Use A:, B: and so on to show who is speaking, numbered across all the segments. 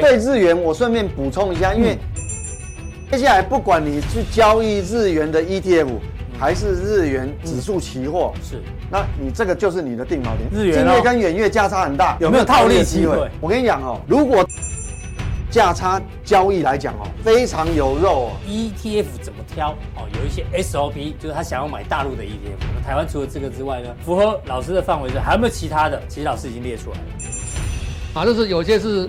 A: 对日元，我顺便补充一下，
B: 嗯
A: 因为接下来不管你去交易日元的 ETF，还
B: 嗯
A: 是日元指数期货，
B: 是
A: 那你这个就是你的定锚点。
B: 嗯日元
A: 近
B: 哦
A: 月跟远月价差很大，
B: 有没有套利机会
A: 我跟你讲哦，如果价差交易来讲哦，非常有肉哦。
B: ETF E 怎么挑？哦，有一些 SOP，就是他想要买大陆的 ETF。那台湾除了这个之外呢，符合老师的范围之外，还有没有其他的？其实老师已经列出来了。
C: 啊，就是有些是，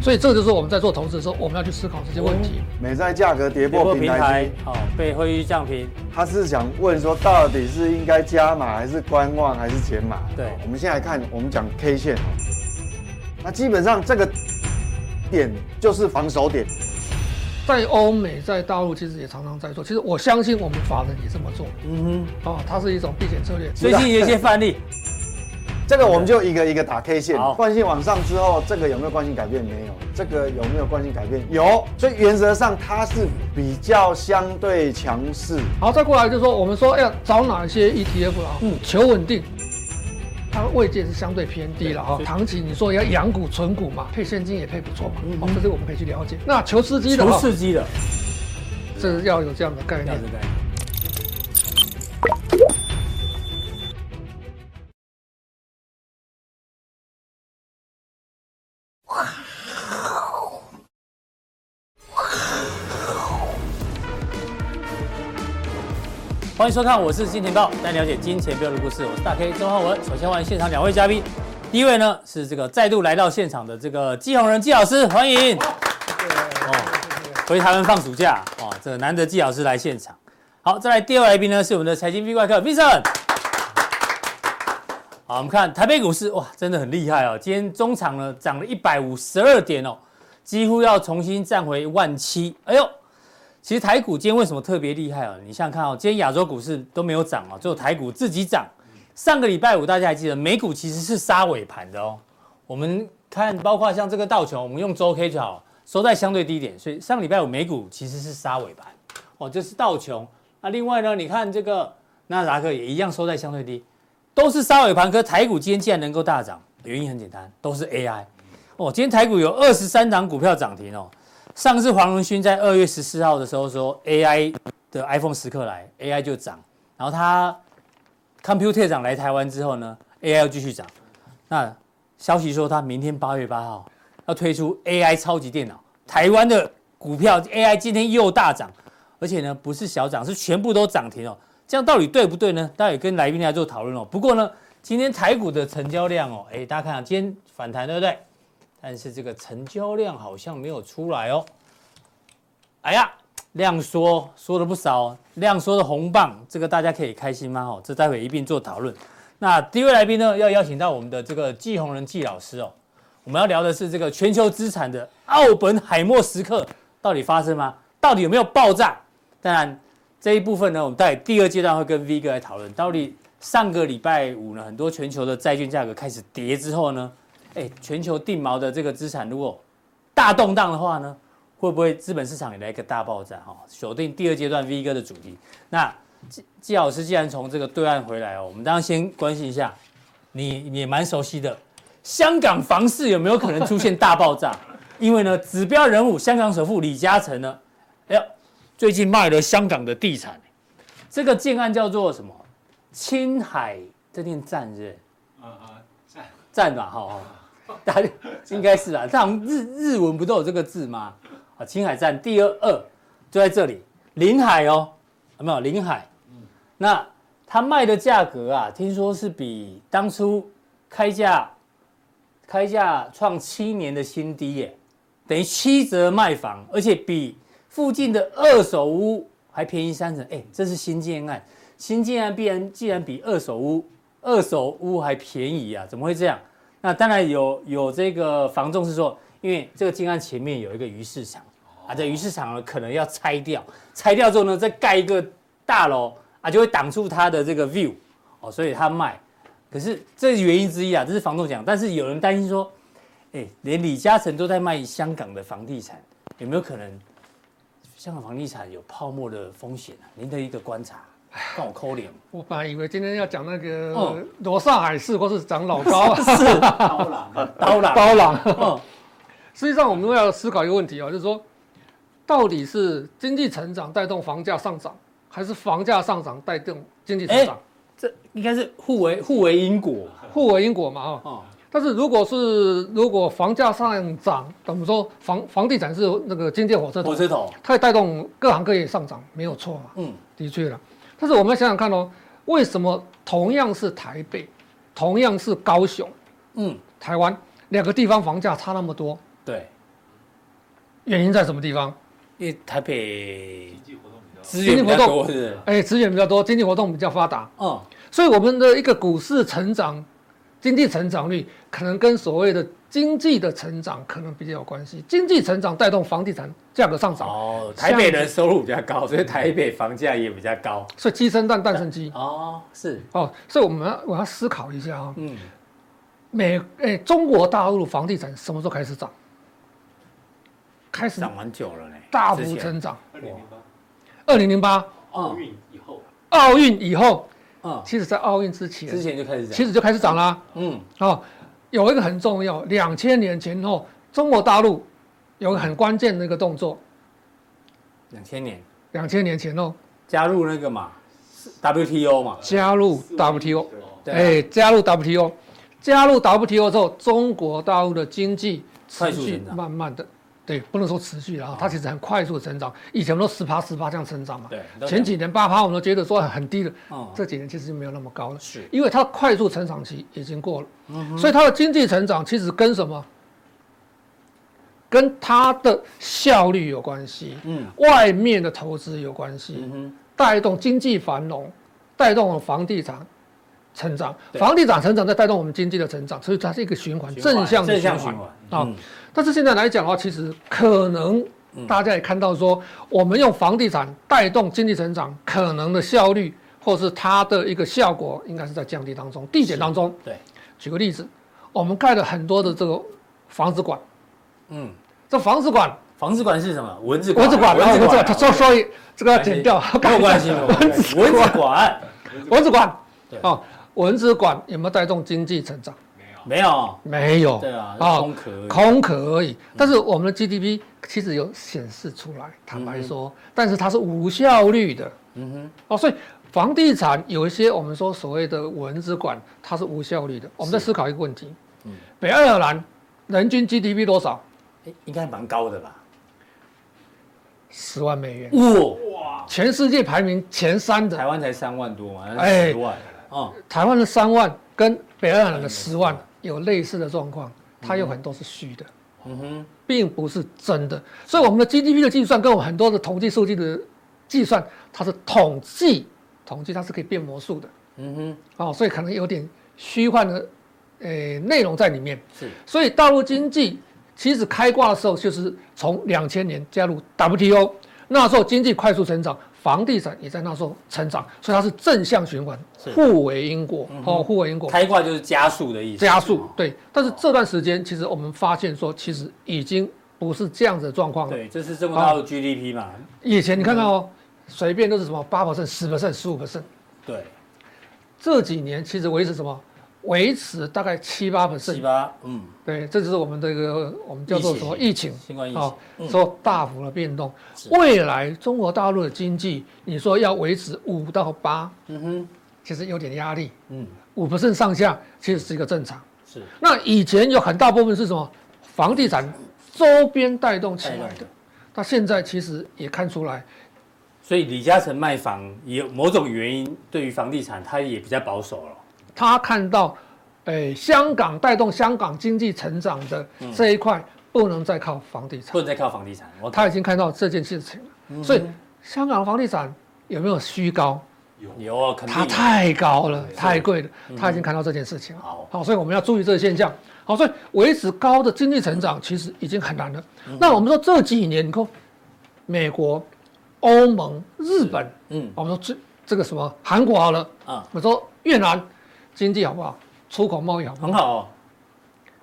C: 所以这就是我们在做投资的时候，我们要去思考这些问
B: 哦
C: 题。
A: 美债价格跌
B: 跌
A: 破
B: 破
A: 平
B: 平
A: 台
B: 台
A: 期，，
B: 哦，被汇率降平，
A: 他是想问说，到底是应该加码还是观望还是减码？
B: 对
A: 我们先来看，我们讲 K 线哦，那基本上这个点就是防守点，
C: 在欧美，在大陆其实也常常在做。其实我相信我们法人也这么做
B: 嗯
C: 啊，它是一种避险策略
B: 哼，。最近有一些 范例，
A: 这个我们就一个一个打 K 线
B: 好，
A: 惯性往上之后，这个有没有惯性改变？没有。这个有没有惯性改变？有。所以原则上它是比较相对强势。
C: 好，再过来就是说，我们说要找哪些 ETF 了啊？
B: 嗯
C: 嗯，求稳定，它位阶是相对偏低了哈
B: 对。
C: 长期你说要养股、存股嘛，配现金也配不错嘛，
B: 嗯
C: 哦，这是我们可以去了解。那求司机的
B: 求
C: 哈，
B: 刺激的，
C: 这是要有这样的概
B: 这
C: 念
B: 样子。概念。欢迎收看，我是金钱豹，带你了解金钱背后的故事。我是大 K 周浩文。首先欢迎现场两位嘉宾，第一位呢是这个再度来到现场的这个季宏仁季老师，欢迎。哦，回台湾放暑假哦，这个难得季老师来现场。好，再来第二位来宾呢是我们的财经 V 怪客 Vincent。好，我们看台北股市哇，真的很厉害哦，今天中场呢涨了一百五十二点哦，几乎要重新站回万七。哎呦！其实台股今天为什么特别厉害啊？你想想看哦，今天亚洲股市都没有涨哦，只有台股自己涨。上个礼拜五大家还记得，美股其实是杀尾盘的哦。我们看，包括像这个道琼，我们用周 K 就好了，收在相对低点，所以上礼拜五美股其实是杀尾盘哦，这是道琼。那另外呢，你看这个纳斯达克也一样收在相对低，都是杀尾盘，可台股今天竟然能够大涨，原因很简单，都是 AI。哦，今天台股有二十三档股票涨停哦，上次黄仁勋在二月十四号的时候说 AI 的 iPhone 时刻来，AI 就涨，然后他 Computer 涨来台湾之后呢，AI 又继续涨。那消息说他明天八月八号要推出 AI 超级电脑，台湾的股票 AI 今天又大涨，而且呢不是小涨，是全部都涨停哦。这样到底对不对呢？待会跟来宾来做讨论哦。不过呢，今天台股的成交量哦，哎，大家看啊，今天反弹对不对？但是这个成交量好像没有出来哦。哎呀，量缩缩了不少、哦，量缩的红棒，这个大家可以开心吗？哦，这待会一并做讨论。那第一位来宾呢，要邀请到我们的这个季红仁季老师哦。我们要聊的是这个全球资产的奥本海默时刻到底发生吗？到底有没有爆炸？当然这一部分呢，我们在第二阶段会跟 V 哥来讨论，到底上个礼拜五呢，很多全球的债券价格开始跌之后呢，哎，全球定锚的这个资产如果大动荡的话呢，会不会资本市场也来一个大爆炸？哈、哦，锁定第二阶段 V 哥的主题。那季季老师既然从这个对岸回来哦，我们当然先关心一下，你你也蛮熟悉的，香港房市有没有可能出现大爆炸？因为呢，指标人物香港首富李嘉诚呢，哎呦，最近卖了香港的地产，这个建案叫做什么？青海这念站是不是站吧，好好，大家应该是啊，这好像日日文不都有这个字吗？啊，青海站第二二就在这里，临海哦，有没有临海？那它卖的价格啊，听说是比当初开价开价创七年的新低耶，等于七折卖房，而且比附近的二手屋还便宜三成。哎，这是新建案，新建案必然既然比二手屋二手屋还便宜啊，怎么会这样？那当然有有这个房仲是说，因为这个建案前面有一个鱼市场啊，这鱼市场呢可能要拆掉，拆掉之后呢再盖一个大楼啊，就会挡住它的这个 view 哦，所以他卖。可是这是原因之一啊，这是房仲讲，但是有人担心说，哎，连李嘉诚都在卖香港的房地产，有没有可能香港房地产有泡沫的风险啊？您的一个观察，让我抠脸。
C: 我本来以为今天要讲那个
B: 嗯
C: 罗刹海市或是长老高啊
B: 是刀郎，刀郎，
C: 高朗，
B: 嗯，
C: 实际上我们要思考一个问题啊，就是说，到底是经济成长带动房价上涨，还是房价上涨带动经济成长？
B: 这应该是互为互为因果
C: 互为因果嘛，哈。
B: 哦，
C: 但是如果是如果房价上涨，等于说房房地产是那个经济火车头
B: 火，车头，
C: 它也带动各行各业上涨，没有错嘛。
B: 嗯，
C: 的确了。但是我们要想想看哦，为什么同样是台北，同样是高雄、
B: 嗯，
C: 台湾两个地方房价差那么多？
B: 对，
C: 原因在什么地方？
B: 因为台北资
C: 经济
B: 源比
C: 活
B: 较
C: 动
B: 多，是不是？
C: 哎，资源比较多，经济活动比较发达，
B: 嗯，
C: 所以我们的一个股市成长、经济成长率可能跟所谓的经济的成长可能比较有关系。经济成长带动房地产价格上涨，
B: 哦，
C: 像
B: 台北人收入比较高，所以台北房价也比较高。
C: 所以鸡生蛋，蛋生鸡。
B: 哦，是，
C: 哦，所以我们要我要思考一下啊、哦，
B: 嗯，
C: 美哎，中国大陆房地产什么时候开始涨？开始
B: 涨蛮久了呢，
C: 大
B: 之
C: 幅
B: 前
C: 成长。
D: 二零零八
C: 二零零八
D: 奥
B: 嗯
D: 运以后，
C: 奥运以后，
B: 嗯，
C: 其实在奥运之前，
B: 之前就开始
C: 其
B: 涨，
C: 实就开始涨啦、
B: 嗯，
C: 哦，有一个很重要，两千年前后，中国大陆有个很关键的一个动作，
B: 两千年
C: 两千年前后
B: 加入那个嘛是 WTO 嘛，
C: 加入
D: 四五
C: WTO，
D: 对哦
B: 对啊
C: 哎，加入 WTO，加入 WTO 之后，中国大陆的经济持
B: 快速
C: 续
B: 成长
C: 慢慢的，对，不能说持续啊，它其实很快速的成长，以前都十趴十趴这样成长嘛，
B: 对，都
C: 前几年八趴我们都觉得说很低了，
B: 嗯
C: 这几年其实就没有那么高了。
B: 是嗯
C: 因为它快速成长期已经过了，所以它的经济成长其实跟什么？跟它的效率有关系，
B: 嗯
C: 外面的投资有关系
B: 嗯，哼
C: 带动经济繁荣，带动了房地产成长，
B: 对
C: 房地产成长再带动我们经济的成长，所以它是一个循环，
B: 循环
C: 正向的
B: 正
C: 循
B: 向循
C: 环
B: 环
C: 啊
B: 嗯。
C: 但是现在来讲的话，其实可能大家也看到说，我们用房地产带动经济成长，可能的效率或是它的一个效果，应该是在降低当中、递减当中。
B: 对，
C: 举个例子，我们盖了很多的这个房子馆，
B: 嗯，
C: 这房子 馆
B: 房子馆是什么？蚊子
C: 蚊子馆，然后我们这所 所以这个要剪掉，
B: 没有关系，没有关系蚊子馆
C: 蚊子馆
B: 对，
C: 哦，蚊子馆有没有带动经济成长？
D: 没有，
B: 没有，
C: 没有，
B: 对啊，
C: 哦
B: 空壳，嗯
C: 空壳而已。但是我们的 GDP 其实有显示出来，坦白说，但是它是无效率的
B: 嗯哼，
C: 哦，所以。房地产有一些我们说所谓的蚊子馆，它是无效率的。我们在思考一个问题：
B: 嗯
C: 北爱尔兰人均 GDP 多少？
B: 诶应该蛮高的吧？
C: 十万美元，
B: 哇，
D: 哇，
C: 全世界排名前三的
B: 台湾才三万多嘛，
C: 哎
B: 十万，嗯，
C: 台湾的三万跟北爱尔兰的十万有类似的状况，它有很多是虚的，
B: 嗯哼，
C: 并不是真的。所以我们的 GDP 的计算跟我们很多的统计数据的计算，它是统计，统计它是可以变魔术的
B: 嗯哼，
C: 哦，所以可能有点虚幻的呃内容在里面。
B: 是，
C: 所以大陆经济其实开挂的时候，就是从两千年加入 WTO，那时候经济快速成长，房地产也在那时候成长，所以它是正向循环，
B: 是
C: 互为因果
B: 嗯哼
C: 哦，互为因果。
B: 开挂就是加速的意思，
C: 加速，对。但是这段时间，其实我们发现说，其实已经不是这样子的状况了。
B: 对，这是中国大
C: 哦
B: 陆 GDP 嘛，
C: 以前你看到哦，随便都是什么八 percent、十 percent、十五 percent，
B: 对，
C: 这几年其实维持什么？维持大概七八
B: 七
C: percent。
B: 八，嗯，
C: 对，这就是我们这个我们叫做什么
B: 疫
C: 疫情
B: 新冠疫
C: 啊
B: 情，，嗯
C: 说大幅的变动。
B: 是
C: 未来中国大陆的经济，你说要维持五到八，
B: 嗯哼，
C: 其实有点压力，
B: 嗯，
C: 五 percent 上下其实是一个正常。
B: 是
C: 那以前有很大部分是什么？房地产周边带动起
B: 带动
C: 来的
B: 的。。
C: 那现在其实也看出来，
B: 所以李嘉诚卖房也有某种原因，对于房地产他也比较保守了。
C: 他看到，诶、香港带动香港经济成长的这一块，不能再靠房地产
B: 不。能再靠房地产，我
C: 他已经看到这件事情了，所以香港房地产有没有虚高？
D: 有
B: 有啊，肯定
C: 它
B: 有
C: 太高了，
D: 对
C: 太贵了，他已经看到这件事情了。
B: 好
C: 所以我们要注意这个现象。好，所以维持高的经济成长其实已经很难了。那我们说这几年，你看美国、欧盟、日本，
B: 嗯
C: 我们说这这个什么韩国好了，
B: 啊，
C: 我说越南经济好不好？出口贸易好不好？
B: 很好哦，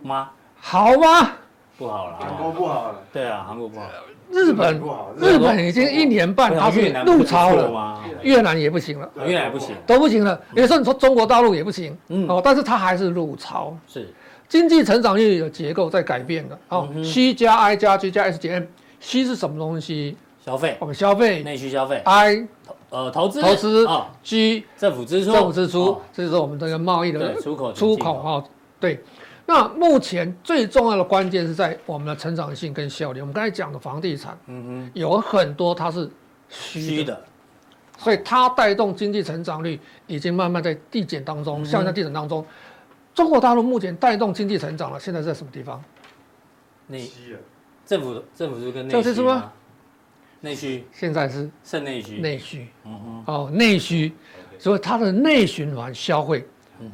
B: 吗？
C: 好啊吗？
B: 不好了，
D: 韩国不好了，
B: 对啊，韩国不好，
C: 日本
D: 不好
C: 日本已经一年半它是
B: 越南不
C: 入
B: 是
C: 潮
B: 不错
C: 了，
B: 吗？啊
C: 越南也不行了，
B: 越南不行，
C: 都不行了。也就是说你说中国大陆也不行，
B: 嗯
C: 哦，但是它还是入潮。
B: 是
C: 经济成长率的结构在改变的哦，C
B: 嗯
C: 加 I 加 G 加 S 减 M，C 是什么东西？
B: 消费
C: 我们消费
B: 内需消费，
C: ，I
B: 呃，投资
C: 哦投资
B: 啊，
C: ，G
B: 政府支出，
C: 政府支出
B: 哦，
C: 这就是我们这个贸易的
B: 对出口
C: 出
B: 经济
C: 口哈、对，那目前最重要的关键是在我们的成长性跟效率。我们刚才讲的房地产
B: 嗯
C: 有很多它是
B: 哼，
C: 虚
B: 虚
C: 的，
B: 的，
C: 所以它带动经济成长率已经慢慢在递减当
B: 嗯
C: 中，下降递减当中。中国大陆目前带动经济成长了，现在在什么地方？
B: 内政府政府是跟内
C: 政府
B: 需
C: 支出吗
B: 吗？内需
C: 现在是
B: 剩内需，
C: 内需
B: 嗯哼，
C: 哦，内需，所以它的内循环消费，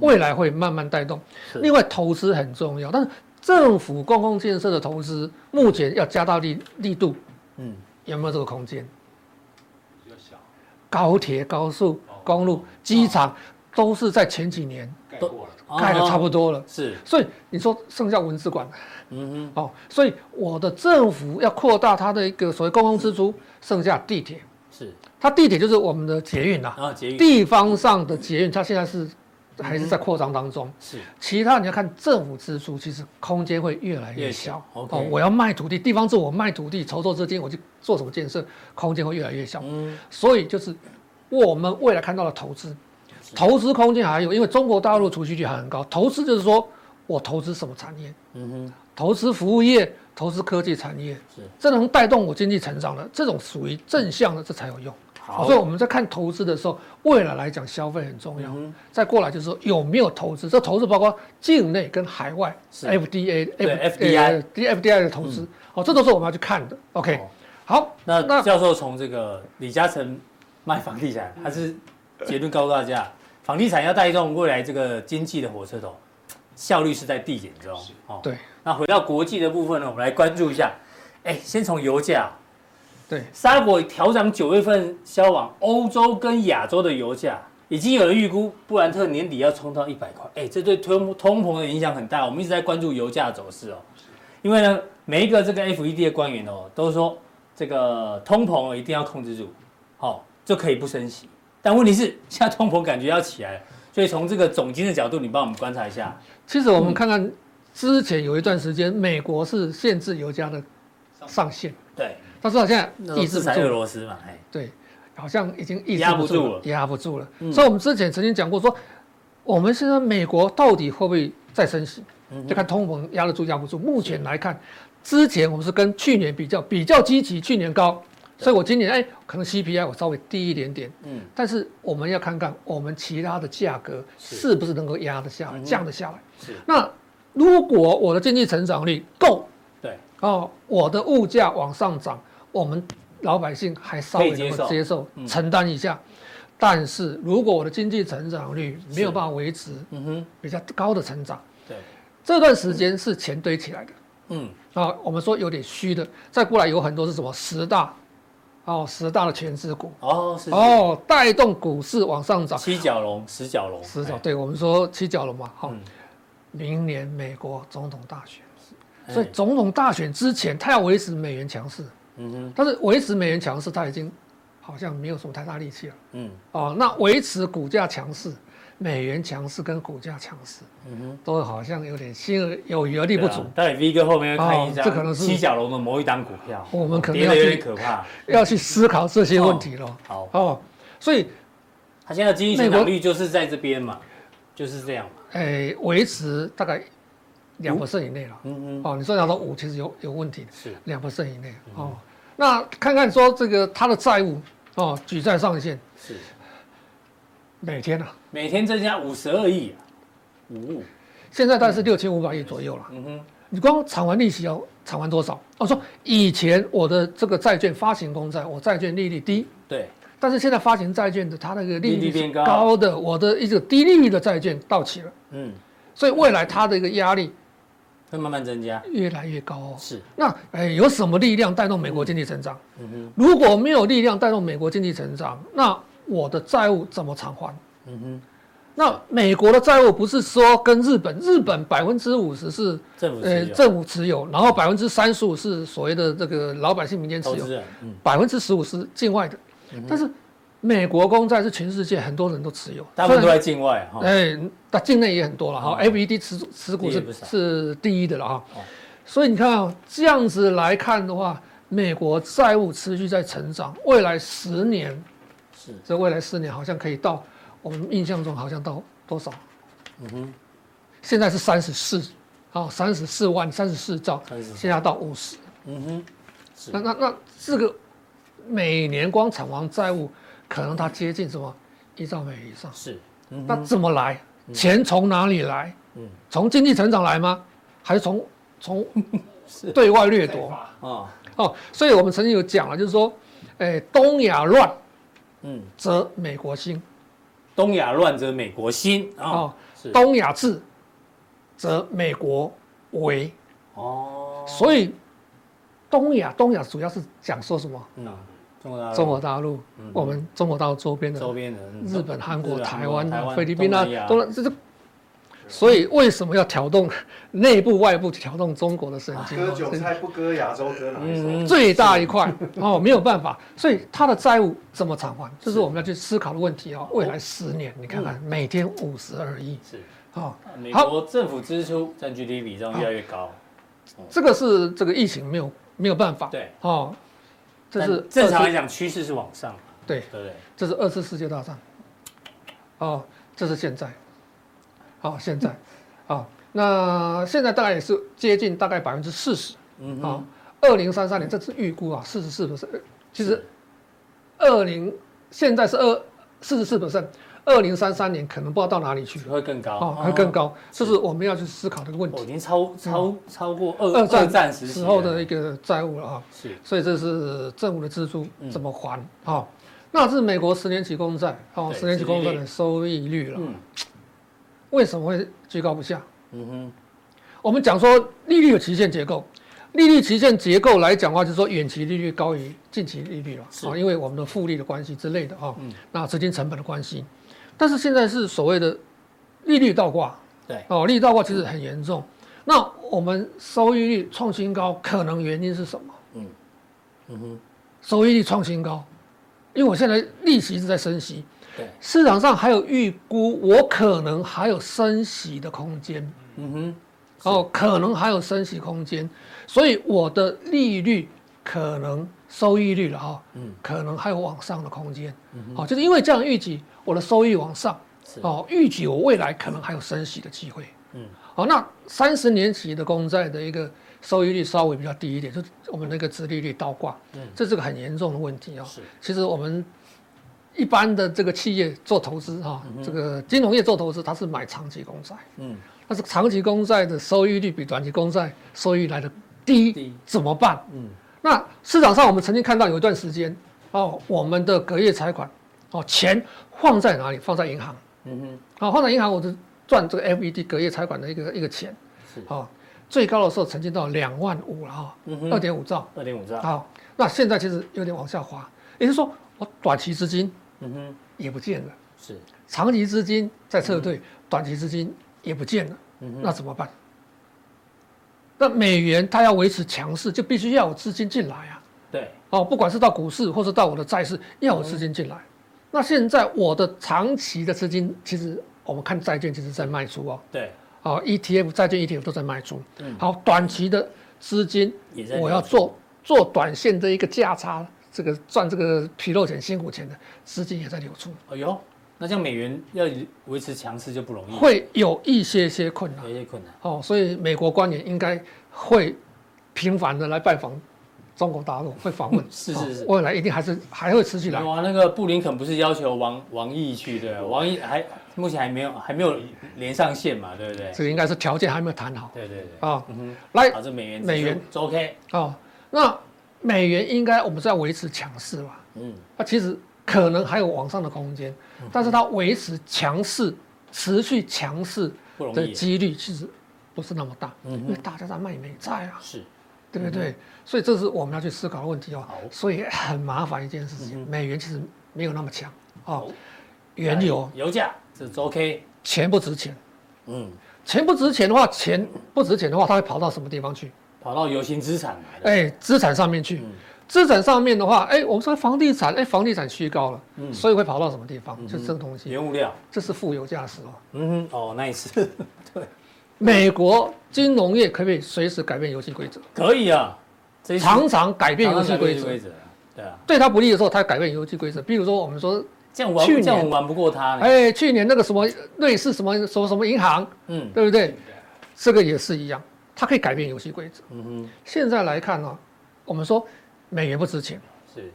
C: 未来会慢慢带动。
B: 嗯是
C: 另外，投资很重要，但是政府公共建设的投资目前要加大力力度，
B: 嗯，
C: 有没有这个空间？高铁、高速
B: 哦
C: 公路、机场都是在前几年
B: 嗯
C: 盖的差不
B: 多
C: 多了，
B: 啊是，
C: 所以你说剩下文字馆
B: 嗯
C: 哦，所以我的政府要扩大它的一个所谓公共支出，剩下地铁，
B: 哼，是，
C: 它地铁就是我们的捷运啦、啊
B: 然后结语
C: 地方上的捷运，它现在是还是在扩张当中。
B: 是
C: 其他你要看政府支出，其实空间会越来
B: 越
C: 越
B: 小
C: 小。哦
B: OK
C: 我要卖土地，地方政府卖土地筹措资金，我去做什么建设，空间会越来越小。
B: 嗯
C: 所以就是我们未来看到的投资，投资空间还有，因为中国大陆储蓄率还很高，投资就是说我投资什么产业，
B: 嗯哼，
C: 投资服务业，投资科技产业，
B: 是
C: 这能带动我经济成长的，这种属于正向的，这才有用。
B: 好
C: 所以我们在看投资的时候，未来来讲消费很重
B: 嗯
C: 要，再过来就是说有没有投资，这投资包括境内跟海外
B: 是
C: ，FDA、
B: 对 FDI
C: D FDI 的投
B: 嗯
C: 资，好，这都是我们要去看的。OK，好，
B: 那教授从这个李嘉诚卖房地产，他是结论告诉大家，房地产要带动未来这个经济的火车头，效率是在递减中。哦，
C: 对
B: 那回到国际的部分呢，我们来关注一下。哎，先从油价，
C: 对，
B: 沙拉伯调涨九月份销往欧洲跟亚洲的油价，已经有人预估布兰特年底要冲到一百块。哎，这对通通膨的影响很大。我们一直在关注油价的走势哦，因为呢，每一个这个 FED 的官员哦，都说这个通膨哦一定要控制住，好、就可以不升息。但问题是，现在通膨感觉要起来了，所以从这个总经的角度，你帮我们观察一下。
C: 其实我
B: 嗯
C: 们看看之前有一段时间，美国是限制油价的上限，
B: 对，
C: 但是好像
B: 那种
C: 抑制
B: 制
C: 不
B: 裁俄
C: 住，
B: 罗斯嘛，哎，
C: 对，好像已经抑制
B: 压不
C: 不
B: 住
C: 住
B: 了
C: 了，压不住了
B: 嗯。
C: 所以我们之前曾经讲过说，我们现在美国到底会不会再升息？
B: 嗯
C: 就看通膨压得住压不住。目前来看，之前我们是跟去年比较，比较积极，去年高，所以我今年哎可能 CPI 我稍微低一点点，
B: 嗯，
C: 但是我们要看看我们其他的价格
B: 是
C: 是不是能够压得下来，
B: 嗯哼
C: 降得下来。
B: 是
C: 那如果我的经济成长率够
B: 对，
C: 哦，我的物价往上涨，我们老百姓还稍微
B: 可以接
C: 能
B: 受
C: 够接受
B: 嗯，
C: 承担一下。但是如果我的经济成长率没有
B: 是
C: 办法维持
B: 嗯哼，
C: 比较高的成长，
B: 对，
C: 这段时间是钱堆起来的。
B: 嗯，
C: 啊，我们说有点虚的，再过来有很多是什么十大，哦，十大的全资股，
B: 哦，是哦，
C: 哦，带动股市往上涨。
B: 七角龙、十角龙，
C: 十种，
B: 哎，
C: 对我们说七角龙嘛，好
B: 嗯，
C: 明年美国总统大选，
B: 哎
C: 所以总统大选之前，他要维持美元强势，
B: 嗯哼，
C: 但是维持美元强势，他已经好像没有什么太大力气了。
B: 嗯
C: 哦，那维持股价强势，美元强势跟股价强势
B: 嗯哼，
C: 都好像有点心有有余而力不
B: 对
C: 足
B: 啊。待会 V 哥后面会看一张，
C: 哦这可能是
B: 七角龙的某一档股票，
C: 我们可能
B: 跌
C: 要
B: 的有
C: 去
B: 点可怕。
C: 要去思考这些问题了。
B: 好，
C: 哦，所以，
B: 它现在经济成长率就是在这边嘛，就是这样嘛。
C: 诶、维持大概两 percent 以内了。
B: 嗯哼，
C: 哦，你说要到五，其实有有问题的，
B: 是
C: 两 percent 以内。
B: 嗯
C: 哦，那看看说这个他的债务哦，举债上限
B: 是，
C: 每天啊，
B: 每天增加五十二亿啊，五，
C: 现在大概是六千五百亿左右了。
B: 嗯哼，
C: 你光偿还利息要偿还多少？我、说以前我的这个债券发行公债，我债券利率低，
B: 对，
C: 但是现在发行债券的它那个
B: 利
C: 利
B: 率
C: 率
B: 变
C: 是
B: 高
C: 高的，我的一个低利率的债券到期了，
B: 嗯，
C: 所以未来它的一个压力
B: 会慢慢增加，
C: 越来越高哦。
B: 是，
C: 那哎，有什么力量带动美国经济成长？
B: 嗯哼，
C: 如果没有力量带动美国经济成长，那我的债务怎么偿还？
B: 嗯哼，
C: 那美国的债务不是说跟日本，日本百分之五十是
B: 政府
C: 呃
B: 持有，
C: 政府持有，然后百分之三十五是所谓的这个老百姓民间持
B: 投嗯
C: 有
B: 资，人，嗯，
C: 百分之十五是境外的。但是美国公债是全世界很多人都持有，
B: 大部分都在境外啊哈。
C: 哎，那境内也很多了
B: 哦
C: 哈，FED 持持股
B: 也
C: 是
B: 不少
C: 是第一的了哈
B: 哦，
C: 所以你看啊，这样子来看的话，美国债务持续在成长，未来十年
B: 是
C: 这未来十年好像可以到我们印象中好像到多少？嗯哼，现在是三十四，好，三十四万三十四兆，
B: 34
C: 现在到五十，
B: 嗯哼，是
C: 那那那这个每年光偿还债务可能它接近什么一兆美以上。
B: 是，嗯
C: 那怎么来？钱从哪里来？
B: 嗯
C: 从经济成长来吗？还是从从
B: 是
C: 对外掠夺？
B: 啊，
C: 哦，所以我们曾经有讲了，就是说，哎，东亚乱
B: 嗯，
C: 则美国兴，
B: 东亚乱则美国兴啊
C: 哦，
B: 是
C: 东亚治则美国为。
B: 哦，
C: 所以，东亚东亚主要是讲说什么？
B: 嗯，中国大陆
C: 中国大陆，我们中国大陆呃嗯周边的
B: 周边的嗯
C: 日本、韩国、
B: 日
C: 台湾
B: 台
C: 啊、菲律宾啊
B: 东南亚，
C: 东南这是。所以为什么要挑动 内部、外部挑动中国的神经？
A: 割韭啊菜不割亚洲，割哪一
B: 嗯
A: 手？
B: 嗯
C: 最大一块 哦，没有办法，所以他的债务怎么偿还，这是我们要去思考的问题啊、未来十年，你看看每天五十二亿
B: 是
C: 啊，
B: 美
C: 好
B: 国政府支出占 GDP 这样越来越高，
C: 这个是这个疫情没有没有办法，
B: 对
C: 哦，这是
B: 但正常
C: 二
B: 来
C: 次
B: 讲趋势是往上嘛，
C: 对，
B: 对不对？
C: 这是二次世界大战，哦，这是现在，好、现在，好、那现在大概也是接近大概百分之四十
B: 嗯
C: 啊
B: 哼，，
C: 二零三三年这次预估啊，四十四 percent，其实
B: 是
C: 二零现在是二四十四 percent，二零三三年可能不知道到哪里去
B: 会更高，
C: 啊，还更
B: 哦。
C: 高，这是我们要去思考的一个问
B: 我已
C: 题。
B: 经超超超过二
C: 二战
B: 战时期
C: 时候
B: 了
C: 的一个债务了啊，
B: 是
C: 所以这是政府的支出怎么还啊？那是美国十年期公债哦，
B: 对
C: 十年期公债的收益率嗯了，为什么会居高不下？
B: 嗯哼，
C: 我们讲说利率有期限结构，利率期限结构来讲的话，就是说远期利率高于近期利率了
B: 是
C: 啊，因为我们的复利的关系之类的啊
B: 嗯，
C: 那资金成本的关系。但是现在是所谓的利率倒挂
B: 对，
C: 哦，利率倒挂其实很严重。那我们收益率创新高，可能原因是什么？
B: 嗯哼，
C: 收益率创新高，因为我现在利息一直在升息，
B: 对，
C: 市场上还有预估我可能还有升息的空间。
B: 嗯哼，
C: 哦，可能还有升息空间，所以我的利率可能收益率了哈、
B: 嗯
C: 可能还有往上的空间，好、就是因为这样预计我的收益往上
B: 是，
C: 哦，预计我未来可能还有升息的机会，
B: 嗯
C: 嗯，好、那三十年期的公债的一个收益率稍微比较低一点，就是我们那个殖利率倒挂，
B: 嗯
C: 嗯，这是个很严重的问题哦
B: 是，
C: 其实我们。一般的这个企业做投资哈、这个金融业做投资，它是买长期公债，
B: 嗯，
C: 但是长期公债的收益率比短期公债收益来的低，
B: 低
C: 怎么办？
B: 嗯
C: 嗯，那市场上我们曾经看到有一段时间，哦，我们的隔夜财款，哦，钱放在哪里？放在银行，
B: 嗯哼，
C: 哦，放在银行，我就赚这个 FED 隔夜财款的一个一个钱，
B: 是
C: 哦，最高的时候曾经到两万五了哈
B: 嗯哼，
C: 二点五兆，
B: 二点五兆，
C: 好、那现在其实有点往下滑，也就是说，我短期资金
B: 嗯哼，
C: 也不见了，
B: 是，
C: 长期资金在撤退，短期资金也不见了。
B: 嗯哼，
C: 那怎么办？那美元它要维持强势，就必须要有资金进来啊！
B: 对，
C: 哦，不管是到股市或是到我的债市，要有资金进来。那现在我的长期的资金，其实我们看债券，其实在卖出哦，
B: 对，
C: 哦，ETF 债券 ETF 都在卖出
B: 嗯。
C: 好，短期的资金
B: 也在
C: 我要做做短线的一个价差，这个赚这个皮肉钱、辛苦钱的资金也在流出，
B: 哎呦，那像美元要维持强势就不容易，
C: 会有一些些困难
B: 有。一些困难，
C: 哦，所以美国官员应该会频繁的来拜访中国大陆，会访问。
B: 是是是
C: 哦未来一定还是还会持续来
B: 有。啊，那个布林肯不是要求王王毅去的，王毅还目前还没有还没有连上线嘛，对不对？
C: 这个应该是条件还没有谈好
B: 对对对，
C: 啊、
B: 嗯
C: 来
B: 哼，好，这美元
C: 美元
B: 指数 OK，
C: 哦，那美元应该我们是要维持强势吧？
B: 嗯，
C: 那其实可能还有往上的空间，但是它维持强势、持续强势
B: 不容
C: 的
B: 易，
C: 几率其实不是那么大，
B: 嗯哼
C: 因为大家在卖美债啊。
B: 是，
C: 对不对？所以这是我们要去思考的问题哦
B: 好。
C: 所以很麻烦一件事情，美元其实没有那么强
B: 好哎
C: 哦，原油
B: 油价这是 OK，
C: 钱不值钱，
B: 嗯，
C: 钱不值钱的话，钱不值钱的话，它会跑到什么地方去？哎
B: 跑到有形资产来了，
C: 哎，资产上面去。资产上面的话，哎，我们说房地产，哎，房地产虚高了，所以会跑到什么地方？就是这个东西，
B: 原物料，
C: 这是富有价值哦。
B: 嗯哼，哦，nice，对，
C: 美国金融业可不可以随时改变游戏规则？
B: 可以啊，这一期
C: 常常改变
B: 常
C: 游
B: 常
C: 戏
B: 改
C: 规
B: 变
C: 则，
B: 则，对啊，
C: 对它不利的时候，它改变游戏规则。比如说，我们说，
B: 这样玩
C: 去年
B: 这样我们玩不过他呢，
C: 哎，去年那个什么瑞士什么什么什么银行，
B: 嗯
C: 对不对？这个也是一样，它可以改变游戏规则。
B: 嗯
C: 现在来看呢、我们说美元不值钱，
B: 哼，是，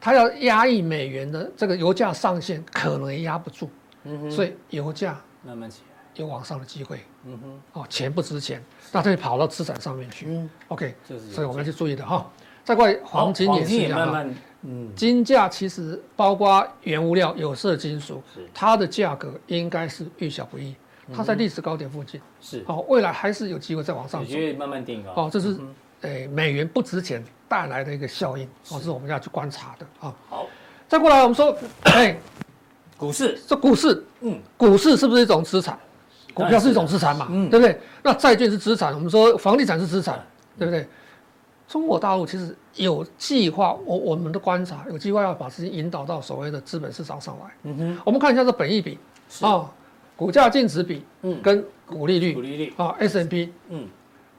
C: 它要压抑美元的这个油价上限，可能也压不住，
B: 嗯哼，
C: 所以油价
B: 慢慢起来，
C: 有往上的机会。
B: 嗯哼，
C: 哦，钱不值钱，那它就跑到资产上面去。
B: 嗯
C: OK，
B: 就是有
C: 所以我们要去注意的哈。再过来，黄金
B: 好哦
C: 也
B: 黄
C: 是
B: 金
C: 一
B: 也
C: 样、啊。
B: 慢慢，嗯，
C: 金价其实包括原物料、有色金属
B: 是，
C: 它的价格应该是遇小不易，它在历史高点附近，
B: 是，
C: 哦，未来还是有机会再往上
B: 我
C: 走，
B: 觉得慢慢定高，
C: 哦，这是诶美元不值钱带来的一个效应，哦，是我们要去观察的啊。
B: 好，
C: 再过来，我们说， 哎，
B: 股市，
C: 这股市，
B: 嗯，
C: 股市是不是一种资产？股票是一种资产嘛，
B: 嗯
C: 对不对？那债券是资产，我们说房地产是资产，对不对？中国大陆其实有计划，我我们的观察有计划要把资金引导到所谓的资本市场上来。
B: 嗯哼，
C: 我们看一下这本益比
B: 是
C: 啊、股价净值比
B: 嗯，
C: 跟股利
B: 股
C: 率
B: 利率，
C: 啊，S M P
B: 嗯，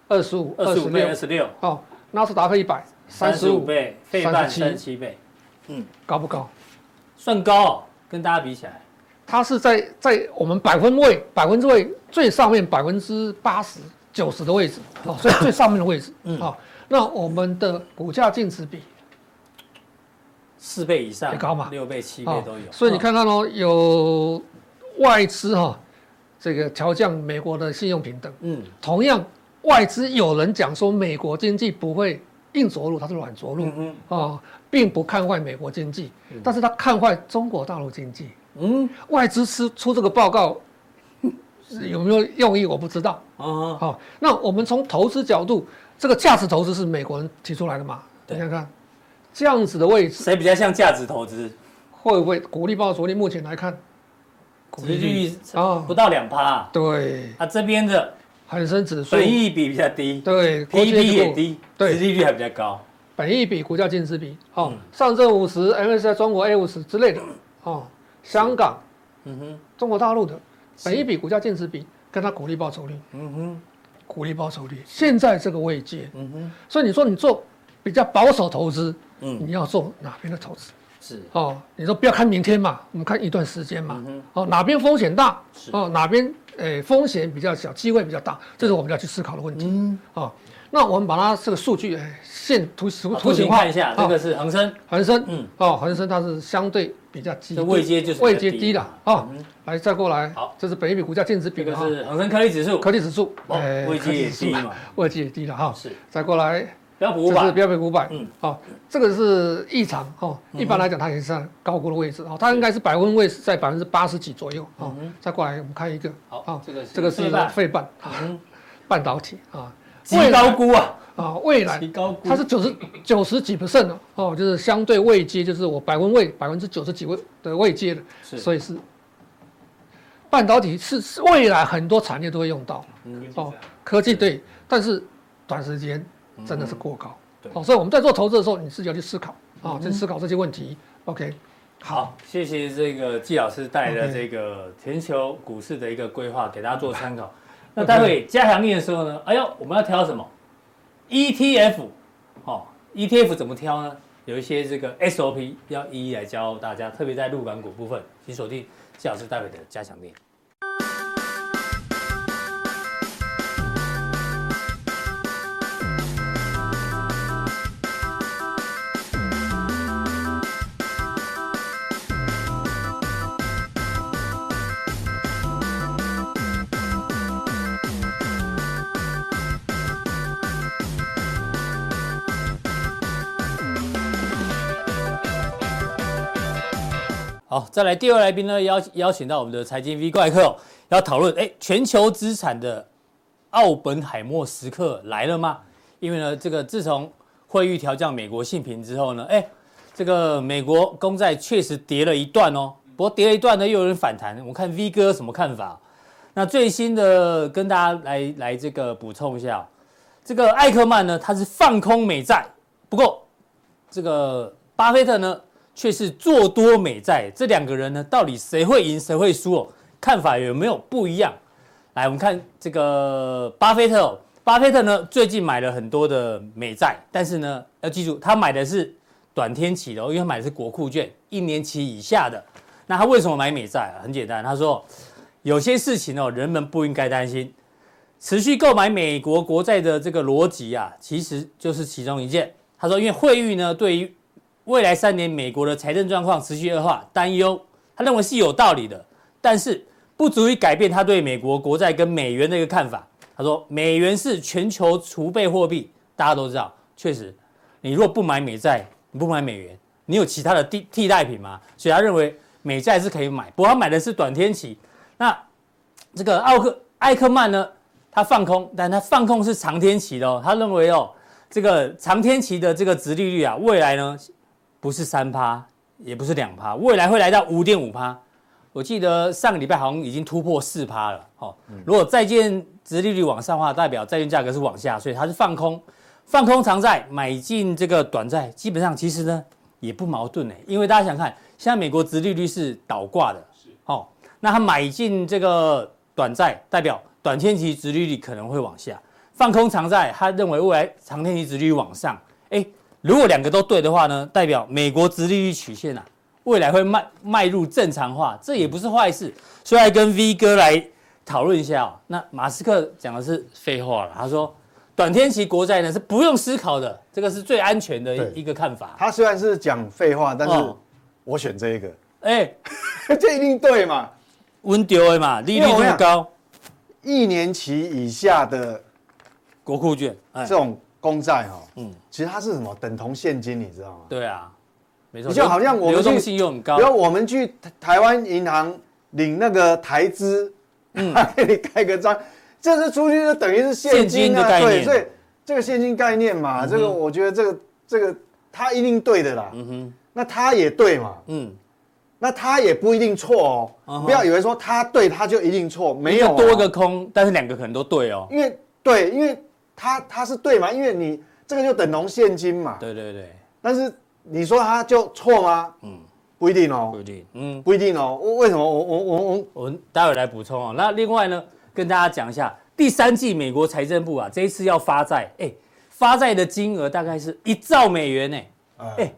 C: 二十五、
B: 二
C: 二
B: 十
C: 十
B: 五倍、
C: 六
B: 二十六、
C: 哦，纳斯达克一百三十
B: 五
C: 五，
B: 倍、费半
C: 37
B: 三十七倍，
C: 高不高？
B: 算高哦，跟大家比起来，
C: 它是在在我们百分位、百分之位最上面百分之八十、九十的位置哦，所以最上面的位置
B: 嗯
C: 哦。那我们的股价净值比
B: 四倍以上，
C: 也高嘛
B: 六倍、七倍
C: 啊
B: 都有。嗯
C: 所以你看到喽，有外资哈、这个调降美国的信用平等。
B: 嗯，
C: 同样，外资有人讲说美国经济不会硬着陆，它是软着陆
B: 嗯
C: 啊、
B: 嗯
C: 哦并不看坏美国经济，但是他看坏中国大陆经济。
B: 嗯
C: 外资出出这个报告嗯有没有用意，我不知道。
B: 啊，
C: 好、那我们从投资角度，这个价值投资是美国人提出来的嘛？
B: 对
C: 你想想看，这样子的位置
B: 谁比较像价值投资？
C: 会不会股利报酬率？目前来看，
B: 股利率
C: 啊
B: 不到两趴，
C: 对，
B: 啊，这边的
C: 恒生指数
B: 本益比比较低
C: 对，国际
B: ，PB E 也
C: 股
B: 低，
C: 对
B: 殖利率还比较高。
C: 本益比、股价净值比，哦，
B: 嗯
C: 上证五十、MSCI 中国 A 五十之类的，哦，香港、
B: 嗯哼，
C: 中国大陆的本益比、股价净值比，跟它股利报酬率、
B: 嗯哼，
C: 股利报酬率，现在这个位阶，
B: 嗯哼，
C: 所以你说你做比较保守投资，
B: 嗯，
C: 你要做哪边的投资？
B: 是
C: 哦，你说不要看明天嘛，我们看一段时间嘛
B: 嗯哼，
C: 哦，哪边风险大
B: 是，
C: 哦，哪边诶风险比较小，机会比较大，这是我们要去思考的问题。
B: 嗯，
C: 哦，那我们把它这个数据诶线图
B: 好
C: 图图
B: 啊图
C: 形
B: 形
C: 化
B: 看一下，
C: 哦
B: 这个是恒生，
C: 恒生，
B: 嗯
C: 嗯，哦，恒生它是相对比较低，
B: 这位阶就是
C: 位
B: 比较
C: 阶低的
B: 嘛
C: 哦
B: 嗯。
C: 来再过来，
B: 好，
C: 这是本益比股价净值比
B: 这个
C: 的哈，
B: 是恒生科技指数，
C: 哦科技指数，
B: 哦
C: 哎
B: 位阶
C: 科技
B: 也
C: 指数
B: 低嘛，
C: 位阶也低了哈。
B: 是
C: 再过来，
B: 标普五
C: 这是
B: 百，
C: 标普五百，
B: 嗯
C: 嗯，哦，这个是异常哦，一般来讲它也是在高估的位置哦，它应该是百分位是在百分之八十几左右哦。再过来我们看一个，
B: 嗯好
C: 哦
B: 这个是
C: 这个是
B: 费半
C: 费半
B: 嗯
C: 半导体啊，
B: 极高估啊，
C: 啊，未来
B: 极高估，
C: 它是九十九十几 percent 的哦，就是相对位阶，就是我百分位百分之九十几位的位阶
B: 是
C: 的，所以是半导体是是未来很多产业都会用到
B: 嗯
C: 哦，科技对，但是短时间真的是过高
B: 对
C: 哦，所以我们在做投资的时候，你自己要去思考啊，去思考这些问题。OK，
B: 好，谢谢这个季老师带来的这个全球股市的一个规划，给大家做参考。那待会加强力的时候呢，哎呦，我们要挑什么？ETF，哦，ETF 怎么挑呢？有一些这个 SOP 要一一来教大家，特别在入港股部分，请锁定季老师待会的加强力。好，再来第二位来宾呢，邀邀请到我们的财经 V 怪客、哦，要讨论哎，全球资产的奥本海默时刻来了吗？因为呢，这个自从会议调降美国信评之后呢，哎，这个美国公债确实跌了一段哦，不过跌了一段呢，又有人反弹。我看 V 哥有什么看法？那最新的跟大家来来这个补充一下哦、这个艾克曼呢，他是放空美债，不过这个巴菲特呢却是做多美债，这两个人呢到底谁会赢谁会输哦？看法有没有不一样？来，我们看这个巴菲特、哦，巴菲特呢最近买了很多的美债，但是呢要记住，他买的是短天期的、哦，因为他买的是国库券，一年期以下的。那他为什么买美债啊？很简单，他说有些事情哦，人们不应该担心。持续购买美国国债的这个逻辑啊，其实就是其中一件。他说，因为惠誉呢对于未来三年美国的财政状况持续恶化担忧，他认为是有道理的，但是不足以改变他对美国国债跟美元的一个看法。他说，美元是全球储备货币，大家都知道，确实，你如果不买美债，你不买美元，你有其他的替替代品吗？所以他认为美债是可以买，不过他买的是短天期。那这个奥克艾克曼呢，他放空，但他放空是长天期的哦。他认为哦，这个长天期的这个殖利率啊，未来呢不是三趴，也不是两趴，未来会来到五点五趴。我记得上个礼拜好像已经突破四趴了。哦，如果债券殖利率往上的话，代表债券价格是往下，所以它是放空，放空长债，买进这个短债，基本上其实呢也不矛盾呢，欸因为大家想看，现在美国殖利率是倒挂的，是哦，那他买进这个短债，代表短天期殖利率可能会往下，放空长债，他认为未来长天期殖利率往上，哎，如果两个都对的话呢，代表美国殖利率曲线啊，未来会迈迈入正常化，这也不是坏事，所以来跟 V 哥来讨论一下、哦。那马斯克讲的是废话了，他说短天期国债呢是不用思考的，这个是最安全的
A: 对
B: 一一个看法。
A: 他虽然是讲废话，但是
B: 哦
A: 我选这一个，
B: 哎，
A: 这一定对嘛？
B: 温丢的嘛，利率
A: 因为我
B: 这么
A: 想
B: 高，
A: 一年期以下的
B: 国库券，哎
A: 这，种公债哈，
B: 嗯
A: 嗯，其实它是什么？等同现金，你知道吗？
B: 对啊，没错，
A: 你就好像我们
B: 流动
A: 去
B: 性又很高
A: 比，如我们去台台湾银行领那个台资，他 给你盖个章，这是出去就等于是现
B: 嗯现金
A: 金
B: 的
A: 啊，
B: 概念
A: 对，所以这个现金概念嘛，这个我觉得这个这个他一定对的啦，
B: 嗯哼，
A: 那他也对嘛，
B: 嗯，
A: 那他也不一定错
B: 嗯
A: 哦，
B: 哼
A: 不要以为说他对他就一定错，没有
B: 一
A: 啊
B: 个多一个，空，但是两个可能都对哦，
A: 因为对，因为他他是对嘛，因为你这个就等同现金嘛，
B: 对对对，
A: 但是你说他就错吗？嗯，不一定哦
B: 不，一定，嗯，
A: 不一定哦，为为什么我我我我
B: 我们待会来补充哦。那另外呢，跟大家讲一下，第三季美国财政部啊，这一次要发债，哎，发债的金额大概是一兆美元呢。
A: 哎
B: 哎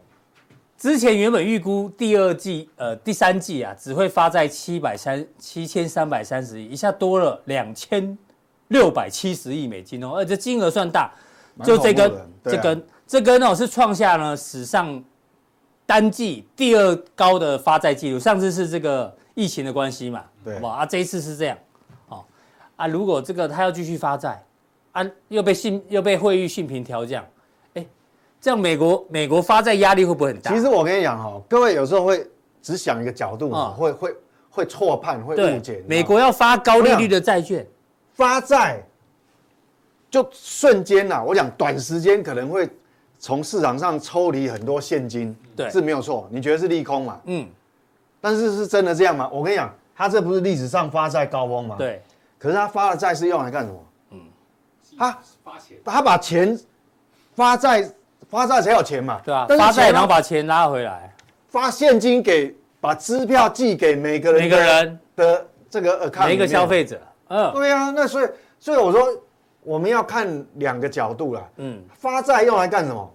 B: 之前原本预估第二季呃第三季啊，只会发债七百三七千三百三十亿，一下多了两千六百七十亿美金哦，而且金额算大，
A: 蛮
B: 就这根、
A: 恐怖的
B: 这
A: 对啊
B: 根这根哦是创下呢史上单季第二高的发债记录，上次是这个疫情的关系嘛，
A: 对
B: 好不好啊？这一次是这样，哦啊，如果这个他要继续发债啊，又被信又被会议信评调降，哎，这样美国美国发债压力会不会很大？
A: 其实我跟你讲哈、哦各位有时候会只想一个角度
B: 嗯
A: 嘛，会会会错判，会
B: 对
A: 误解。你知道吗
B: 美国要发高利率的债券，
A: 发债，就瞬间呐、我讲短时间可能会从市场上抽离很多现金，
B: 对
A: 是没有错。你觉得是利空嘛？
B: 嗯，
A: 但是是真的这样吗？我跟你讲，它这不是历史上发债高峰吗？。
B: 对，
A: 可是他发的债是用来干什么？嗯，他他把钱发债，发债才有钱嘛？
B: 对吧？啊
A: 但是
B: 发债
A: 钱啊
B: 然后
A: 他
B: 把钱拉回来，
A: 发现金给，把支票寄给每个人的
B: 每个人
A: 的这个 account，
B: 每一个
A: 里面
B: 消。费者，嗯
A: 对啊，那所以所以我说我们要看两个角度啦。
B: 嗯，
A: 发债用来干什么？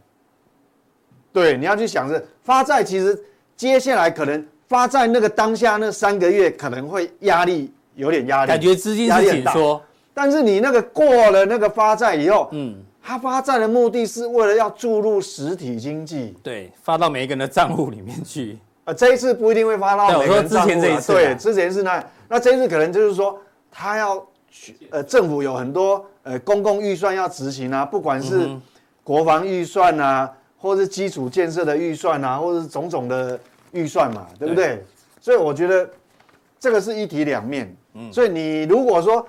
A: 对，你要去想是发债，其实接下来可能发债那个当下那三个月可能会压力有点压力，
B: 感觉资金
A: 压
B: 是
A: 力
B: 紧
A: 很大。
B: 缩，
A: 但是你那个过了那个发债以后，
B: 嗯，
A: 它发债的目的是为了要注入实体经济。
B: 对，发到每一个人的账户里面去，
A: 呃，这一次不一定会发到
B: 对我
A: 每个人
B: 说之
A: 账
B: 前
A: 户
B: 这一
A: 啦
B: 次啊
A: 对，之前是那那这一次可能就是说，他要去呃，政府有很多呃公共预算要执行啊，不管
B: 嗯
A: 是国防预算啊，或是基础建设的预算啊，或是种种的预算嘛，对不对？所以我觉得这个是一体两面。
B: 嗯
A: 所以你如果说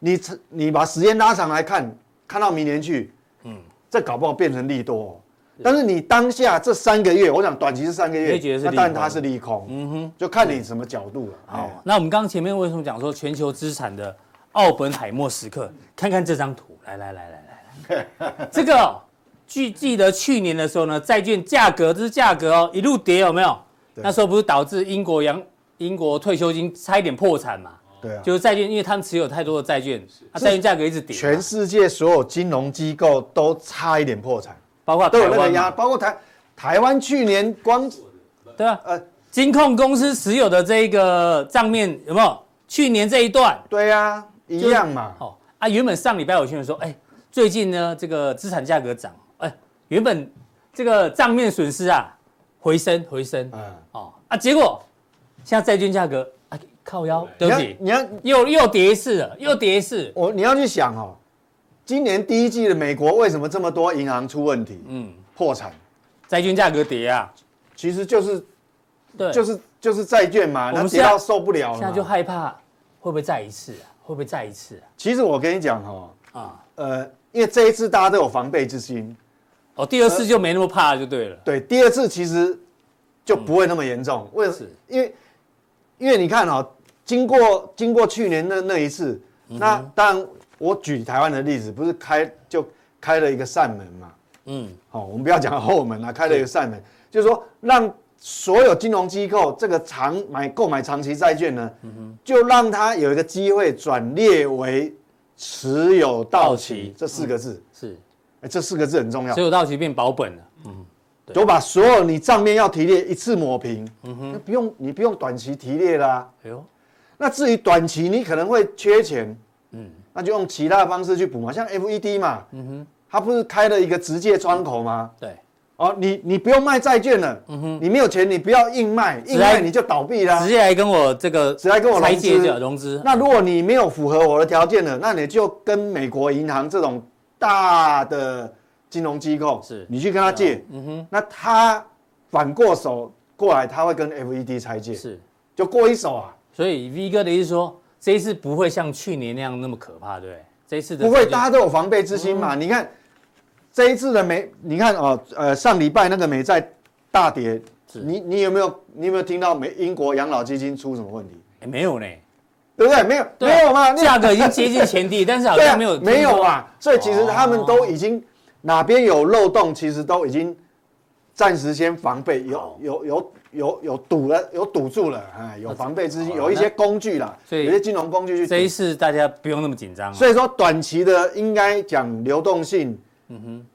A: 你你把时间拉长来看，看到明年去，
B: 嗯
A: 这搞不好变成利多、哦。但是你当下这三个月，我想短期是三个
B: 你
A: 月，
B: 会觉得是
A: 那
B: 利
A: 但
B: 空
A: 它是利空，嗯哼，就看你什么角度了。
B: 好
A: 哎，
B: 那我们刚刚前面为什么讲说全球资产的 奥本海默时刻？看看这张图，来来来来来来，这个哦记记得去年的时候呢，债券价格这是价格哦，一路跌有没有？
A: 对
B: 那时候不是导致英国洋英国退休金差一点破产嘛？
A: 对啊，
B: 就是啊债券，因为他们持有太多的债券，那债券价格一直跌嘛，
A: 全世界所有金融机构都差一点破产，
B: 包括
A: 都
B: 啊台
A: 有那个
B: 湾
A: 压，
B: 嘛，
A: 包括台台湾去年光
B: 对啊，
A: 呃，
B: 金控公司持有的这个账面有没有？去年这一段
A: 对啊，一样嘛，
B: 哦啊，原本上礼拜有新闻说，哎、最近呢这个资产价格涨，哎、原本这个账面损失啊回升回升
A: 嗯，
B: 哦啊，结果现在债券价格啊靠腰，对
A: 你
B: 不
A: 要
B: 起，
A: 啊你要
B: 又又跌一次了，又跌一次，
A: 我你要去想哦，今年第一季的美国为什么这么多银行出问题，
B: 嗯，
A: 破产，
B: 债券价格跌啊，
A: 其实就是
B: 对，
A: 就是就是债券嘛，
B: 我们
A: 那
B: 现
A: 跌
B: 在
A: 到受不了了
B: 现在就
A: 嘛。
B: 害怕会不会再一次啊？会不会再一次
A: 其实我跟你讲哦，
B: 啊？啊，
A: 呃，因为这一次大家都有防备之心，
B: 哦，
A: 呃
B: 第二次就没那么怕了就对了，
A: 对，第二次其实就不会那么严重，为
B: 嗯是
A: 因为因为你看哦，经过经过去年的那一次，
B: 嗯
A: 那当然我举台湾的例子，不是开就开了一个扇门嘛，
B: 嗯，
A: 哦，我们不要讲后门啊，开了一个扇门，就是说让所有金融机构这个长买购买长期债券呢，就让它有一个机会转列为持有到
B: 到期
A: 期嗯这四个字，
B: 是，
A: 哎这四个字很重要
B: 所。有到期变保本了，
A: 就把所有你账面要提列一次抹平，那不用你不用短期提列啦、
B: 哎呦，
A: 那至于短期你可能会缺钱，嗯，那就用其他的方式去补嘛，像 FED 嘛，嗯哼，它不是开了一个直接窗口吗？
B: 对，
A: 哦，你你不用卖债券了，嗯哼，你没有钱你不要硬卖，硬卖你就倒闭啦
B: 直。接来跟我这个
A: 啊直接来跟我融
B: 拆
A: 资
B: 借的融资，
A: 那如果你没有符合我的条件了，那你就跟美国银行这种大的金融机构，
B: 是
A: 你去跟他借，嗯哼，那他反过手过来，他会跟 FED 拆借，
B: 是，
A: 就过一手啊，
B: 所以 V 哥的意思说，这一次不会像去年那样那么可怕，对不对？这一次的
A: 不会，
B: 债券
A: 大家都有防备之心嘛。你看这一次的美，你看哦，呃，上礼拜那个美债大跌，
B: 是
A: 你你有没有你有没有听到美英国养老基金出什么问题？
B: 哎没有呢，
A: 对不对？没有，
B: 对啊
A: 没有嘛，那
B: 价格已经接 近前低，但是好
A: 对啊，
B: 像没有哦
A: 没有
B: 啊，
A: 嘛，所以其实他们都已经哪边有漏洞，其实都已经暂时先防备，有有有有有堵了，有堵住了，哎，有防备之心，
B: 好
A: 有一些工具啦，
B: 所
A: 有
B: 以
A: 一些金融工具去
B: 这一
A: 堵。
B: 次大家不用那么紧张了，
A: 所以说，短期的应该讲流动性，嗯哼，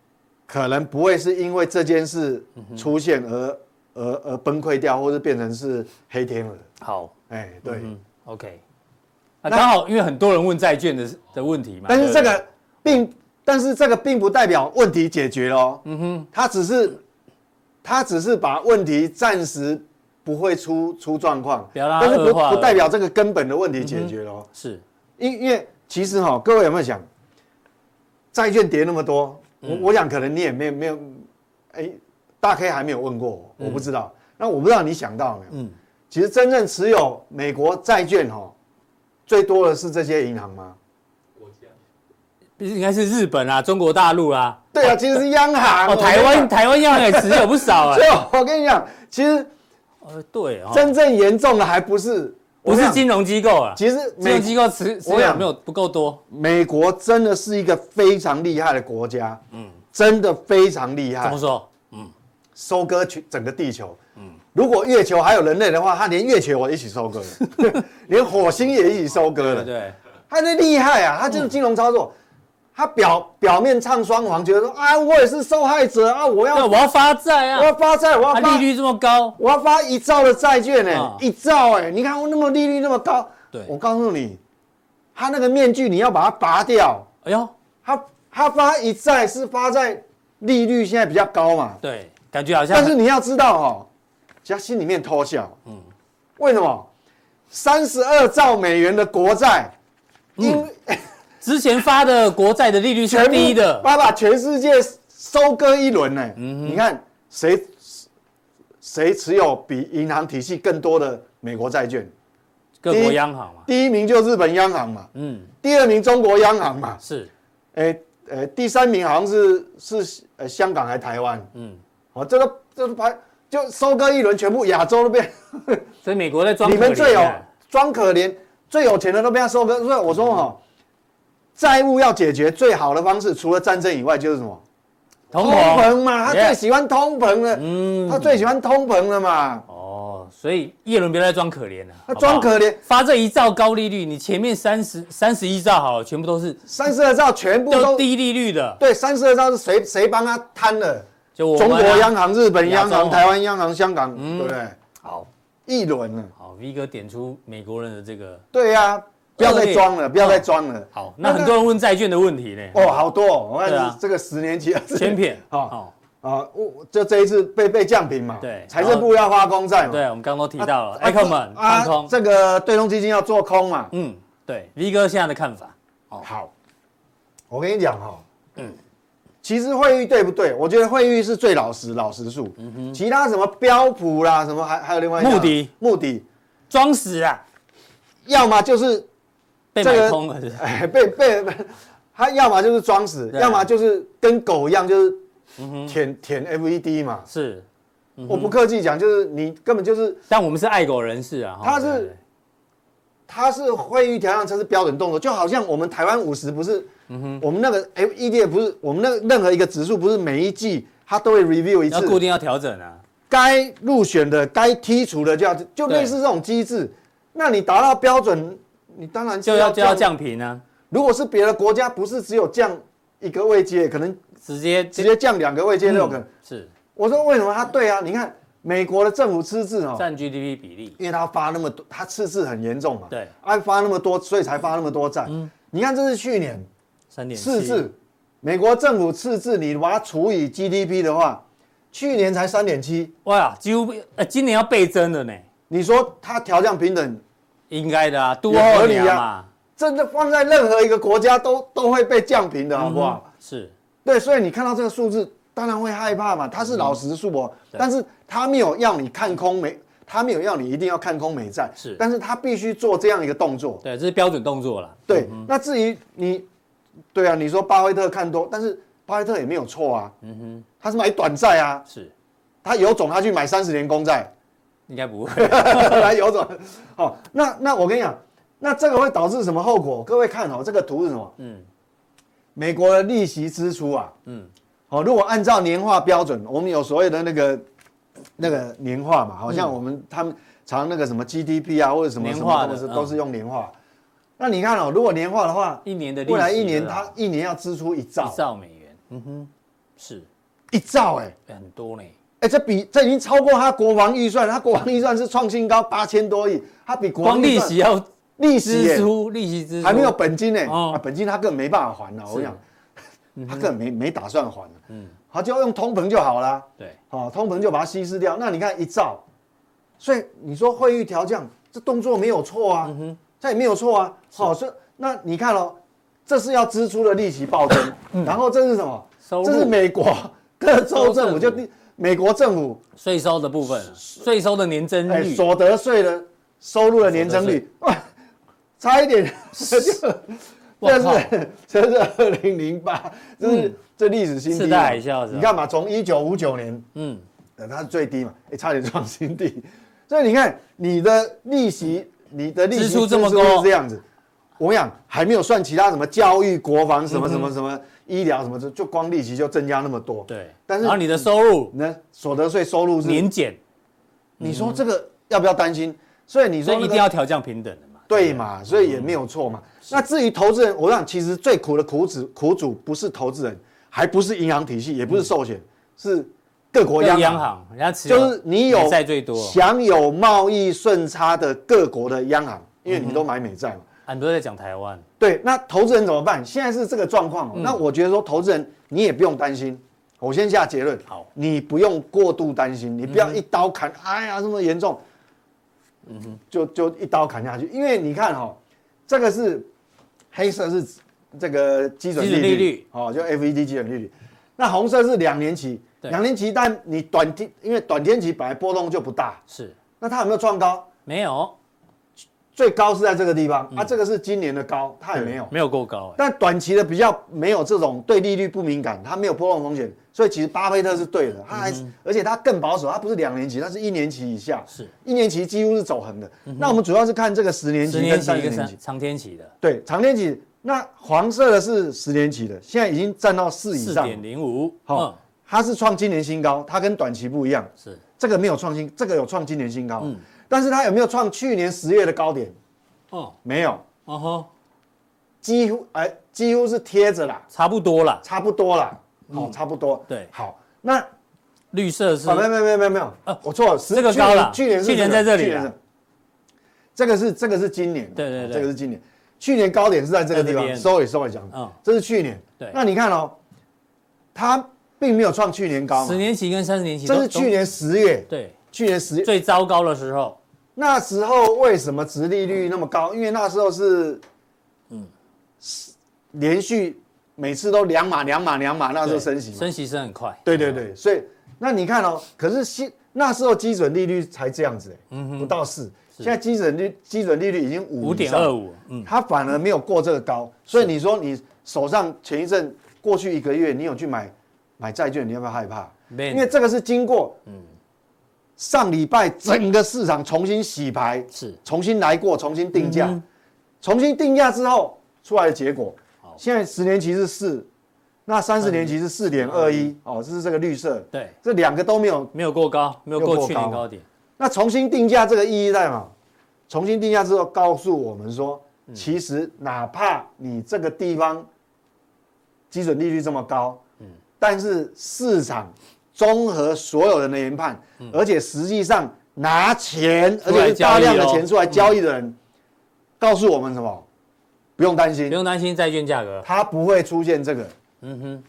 A: 可能不会是因为这件事
B: 嗯
A: 出现而而而崩溃掉，或是变成是黑天鹅。
B: 好，
A: 哎，对，
B: 嗯，OK。那刚好，因为很多人问债券的的问题嘛，
A: 但是
B: 对
A: 这
B: 不对
A: 个并，但是这个并不代表问题解决喽。嗯哼，它只是，它只是把问题暂时不会出出状况，
B: 不要让它
A: 但是
B: 恶
A: 不
B: 化了嗯
A: 不代表这个根本的问题解决喽。
B: 是
A: 因因为其实哈，各位有没有想，债券跌那么多，我
B: 嗯
A: 我想可能你也没有没有，哎，大 K 还没有问过我，我不知道。那我不知道你想到没有？
B: 嗯
A: 嗯，其实真正持有美国债券哈，最多的是这些银行吗？
B: 应该是日本啊、中国大陆啊，
A: 对啊，其实是央行。
B: 哦，
A: 我跟你
B: 台湾
A: 讲
B: 台湾央行也持有不少啊
A: 所。以我跟你讲，其实
B: 哦，对哦，
A: 真正严重的还不是
B: 不
A: 我
B: 是
A: 想
B: 金融机构啊，
A: 其实
B: 金融
A: 美
B: 机构持持
A: 我
B: 有
A: 想
B: 没有不够多，
A: 美国真的是一个非常厉害的国家，嗯，真的非常厉
B: 怎
A: 害
B: 么，说？
A: 收割全整个地球，嗯，如果月球还有人类的话，它连月球我一起收割 了，连火星也一起收割
B: 对
A: 了，
B: 对，
A: 它那厉害啊，它就是金融操作。它表表面唱双簧，觉得说啊，我也是受害者啊，我
B: 对，
A: 要
B: 我要发债
A: 我要
B: 啊，
A: 发债，我要
B: 啊，
A: 发
B: 利率这么高，
A: 我要发一兆的债券呢、
B: 啊
A: 一兆哎、你看我那么利率那么高，
B: 对
A: 我告诉你，他那个面具你要把它拔掉，
B: 哎呦，
A: 他他发一债是发在利率现在比较高嘛，
B: 对，感觉好像
A: 但是你要知道哦，其实他心里面偷笑，嗯，为什么？三十二兆美元的国债，因
B: 之前发的国债的利率是
A: 全
B: 低的，嗯
A: 爸爸全世界收割一轮呢、你看谁谁持有比银行体系更多的美国债券？
B: 各
A: 第
B: 国
A: 一
B: 央行嘛，
A: 第一名就日本央行嘛，
B: 嗯，
A: 第二名中国央行嘛，
B: 是，
A: 诶、诶、第三名好像是是呃香港还台湾，
B: 嗯，
A: 哦，这个这个排就收割一轮，全部亚洲都被
B: 所以美国在装
A: 你们
B: 可怜
A: 最有
B: 啊
A: 装可怜、最有钱的都被他收割。所以
B: 嗯
A: 我说哦，债务要解决最好的方式，除了战争以外，就是什么
B: 通
A: 通
B: 膨
A: 膨嘛，他
B: Yeah
A: 最喜欢通膨了，
B: 嗯
A: 他最喜欢通膨了嘛，
B: 哦，所以叶伦别再装可怜了，
A: 他
B: 好不好
A: 装可怜，
B: 发这一兆高利率，你前面三十三十一兆好了，全部都是
A: 三十二兆全部
B: 都
A: 都
B: 低利率的，
A: 对，三十二兆是谁谁帮他摊的？
B: 就我
A: 中国
B: 们啊
A: 央行、日本央
B: 亚洲嗯
A: 行、
B: 嘛
A: 台湾央行、香港，对不对？
B: 好
A: 一轮了，
B: 好 V 哥点出美国人的这个
A: 对呀，不要再装了，不要再装了。
B: 好，那很多人问债券的问题呢，
A: 哦，好多、哦，我看
B: 对啊
A: 这个十年期、
B: 千片
A: 好
B: 哦，
A: 啊，我就这一次被被降平嘛，
B: 对
A: 财政部要发公债嘛，
B: 对，我们刚刚都提
A: 啊，
B: 到了
A: 啊
B: e c o m a n
A: 啊
B: 放空，
A: 这个对冲基金要做空嘛，
B: 嗯，对，V 哥现在的看法，
A: 好，我跟你讲哈、哦，
B: 嗯
A: 其实惠誉对不对？我觉得惠誉是最老实老实数，其他什么标普啦，什么还还有另外一家
B: 嗯穆迪
A: 穆迪，
B: 装死啊，
A: 要么就是
B: 被
A: 这
B: 买
A: 个
B: 空了是不是，
A: 哎 被被，他要么就是装死，
B: 对嗯
A: 要么就是跟狗一样就是舔舔 FED 嘛，
B: 是，嗯
A: 我不客气讲，就是你根本就是
B: 但我们是爱狗人士啊，哈
A: 他是
B: 对对
A: 它是会议调让车是标准动作，就好像我们台湾五十不是，
B: 嗯
A: 我们那个 F E D 不是我们那个任何一个指数不是每一季它都会 review 一
B: 要固
A: 次，
B: 定要调整啊，
A: 该入选的、该剔除的就要就类似这种机制。那你达到标准，你当然是
B: 就要就要
A: 降。
B: 降频啊，
A: 如果是别的国家，不是只有降一个位阶，可能
B: 直接
A: 直接降两个位阶都有可能。
B: 是
A: 我说为什么它对啊？你看美国的政府赤字哦，
B: 占 GDP 比例，
A: 因为他发那么多，他赤字很严重嘛，
B: 对
A: 啊发那么多，所以才发那么多债。你看这是去年
B: 三点
A: 赤字，美国政府赤字，你把它除以 GDP 的话，去年才三点七，
B: 哇，几乎呃今年要倍增了呢，
A: 你说它调降平等，
B: 应该的啊，都
A: 也合
B: 后
A: 理啊
B: 年嘛，
A: 真的放在任何一个国家都都会被降平的，好不好？
B: 是
A: 对，所以你看到这个数字，当然会害怕嘛，它是老实数哦，但是它没有要你看空美，它没有要你一定要看空美债，
B: 是
A: 但是它必须做这样一个动作。
B: 对，这是标准动作了，
A: 对，那至于你，对啊，你说巴菲特看多，但是巴菲特也没有错啊，嗯哼，他是买短债啊，
B: 是
A: 他有种他去买三十年公债，
B: 应该不会，
A: 他有种，哦，那那我跟你讲，那这个会导致什么后果？各位看哦，这个图是什么？
B: 嗯，
A: 美国的利息支出啊，嗯
B: 嗯，
A: 好、如果按照年化标准，我们有所谓的那个那个年化嘛，好像我们他们常那个什么 GDP 啊或者什么
B: 嗯年
A: 什
B: 化
A: 么
B: 的
A: 都是
B: 嗯
A: 都是用年化。那你看哦，如果年化的话，
B: 一年的利息
A: 未来一年
B: 了
A: 它
B: 啦
A: 一年要支出一兆
B: 一，兆美元，嗯哼，是
A: 一兆哎、
B: 哎很多呢，
A: 哎、这比这已经超过它国防预算，它国防预算是创新高八千多亿，它比国
B: 光
A: 防预
B: 利
A: 算
B: 息要
A: 利息耶
B: 支出，利息支出
A: 还没有本金呢、
B: 哦
A: 啊，本金它根本没办法还了、我跟你讲，它根本没没打算还了、嗯，它就用通膨就好啦。
B: 对，
A: 好、通膨就把它稀释掉。那你看一兆，所以你说汇率调降，这动作没有错啊，这也没有错啊。好、所以那你看哦，这是要支出的利息暴增，然后这是什么？
B: 收入
A: 这是美国 各州政府就
B: 州政
A: 美国政府
B: 税收的部分啊，税收的年增
A: 哎
B: 率
A: 所得税的收入的年增率，哇，差一点就
B: 哇嗯
A: 这 是这是二零零八，这是这历史新低嘛。啊
B: 次贷海啸是吧
A: 你看嘛，从一九五九年
B: 啊嗯，
A: 呃，它是最低嘛，哎、差点创新低。 所以你看，你的利息，你的利息
B: 支出这么
A: 是
B: 高
A: 这样子。我想还没有算其他什么教育、国防什么
B: 嗯
A: 什么什么、医疗什么，就就光利息就增加那么多。，
B: 对，
A: 但是嗯
B: 然后你的收入
A: 那所得税收入是，
B: 年减，
A: 你说这个要不要担心？所以你
B: 所
A: 说、那
B: 以一
A: 个、
B: 定要调降平等的嘛，
A: 对嘛，所以也没有错嘛。那至于投资人，我想其实最苦的苦主苦主不是投资人，还不是银行体系，也不是寿险，是各国央
B: 央
A: 行。
B: 行人家持有
A: 就是你有
B: 美债最多，
A: 享有贸易顺差的各国的央行，因为你都买美债嘛。
B: 很多在讲台湾，
A: 对，那投资人怎么办？现在是这个状况哦、
B: 嗯
A: 那我觉得说投资人你也不用担心。我先下结论，
B: 好嗯
A: 你不用过度担心，你不要一刀砍，哎呀，这么严重，嗯哼，就就一刀砍下去，因为你看哈、这个是黑色是这个基准利率，
B: 基准利率
A: 哦，就 FED 基准利率，那红色是两年期，
B: 对
A: 两年期，但你短天，因为短天期本来波动就不大，
B: 是
A: 那它有没有创高？
B: 没有
A: 最高是在这个地方，
B: 嗯
A: 啊，这个是今年的高，它也没有。
B: 没有够高，哎
A: 但短期的比较没有这种对利率不敏感，它没有波动风险，所以其实巴菲特是对的，他还
B: 嗯
A: 是而且他更保守，他不是两年期，他是一年期以下，
B: 是嗯
A: 一年期几乎是走横的。那我们主要是看这个十年
B: 十
A: 期
B: 年
A: 跟
B: 期
A: 三
B: 一
A: 十
B: 个
A: 年
B: 长
A: 期，
B: 长天期的，
A: 对，长天期那黄色的是十年期的，现在已经占到四以
B: 四
A: 上，
B: 点嗯零五，
A: 好，它是创今年新高，它跟短期不一样，
B: 嗯，是
A: 这个没有创新，这个有创今年新高，
B: 嗯
A: 但是它有没有创去年十月的高点？
B: 哦，
A: 没有，
B: 哦吼，
A: 几乎哎、几乎是贴着啦，
B: 差不多啦。
A: 差不多啦，好、差不多，
B: 嗯对
A: 好，那
B: 绿色是呃
A: 啊，没有没有没有没有没有，我错了，十
B: 这个
A: 去年
B: 高了
A: 去年是
B: 去年
A: 个
B: 在这里
A: 去年
B: 了
A: 是这个是这个是今年，哦
B: 对对对
A: 这个是今年，去年高点是在这个地
B: 在这
A: 方，
B: 边
A: 收也收来讲，
B: 嗯
A: 这是去年，
B: 对
A: 那你看哦，它并没有创去年高
B: 十
A: 嘛，
B: 年期跟三十年期都，
A: 这是去年十月
B: 都，对
A: 去年十
B: 最糟糕的时候，
A: 那时候为什么殖利率那么高？因为那时候是，嗯，连续每次都两码两码两码，那时候
B: 对
A: 升息嘛，
B: 升息升很快，
A: 对对对，所以那你看哦，可是现那时候基准利率才这样子、欸，不到四，现在基准率基准利率已经五
B: 嗯五点二
A: 五，
B: 五，嗯，
A: 它反而没有过这个高，所以你说你手上前一阵过去一个月，你有去买买债券，你要不要害怕？
B: 没
A: 因为这个是经过
B: 嗯
A: 上礼拜整个市场重新洗牌，
B: 是
A: 重新来过，重新定价，重新定价之后出来的结果。现在十年期是四，那三十年期是四点二一，哦，这是这个绿色，
B: 对，
A: 这两个都没有。
B: 没有过高，没有
A: 没有
B: 过
A: 过
B: 去年
A: 高
B: 高点，
A: 那重新定价这个意义在哪？重新定价之后告诉我们说，
B: 嗯
A: 其实哪怕你这个地方基准利率这么高，
B: 嗯
A: 但是市场综合所有人的研判，而且实际上拿钱，而
B: 嗯出
A: 且
B: 来
A: 是大量的
B: 交易哦
A: 钱出来交易的人，告诉我们什么？不用担
B: 不
A: 心，
B: 用担心债券价格，
A: 它不会出现这个。
B: 嗯哼，哦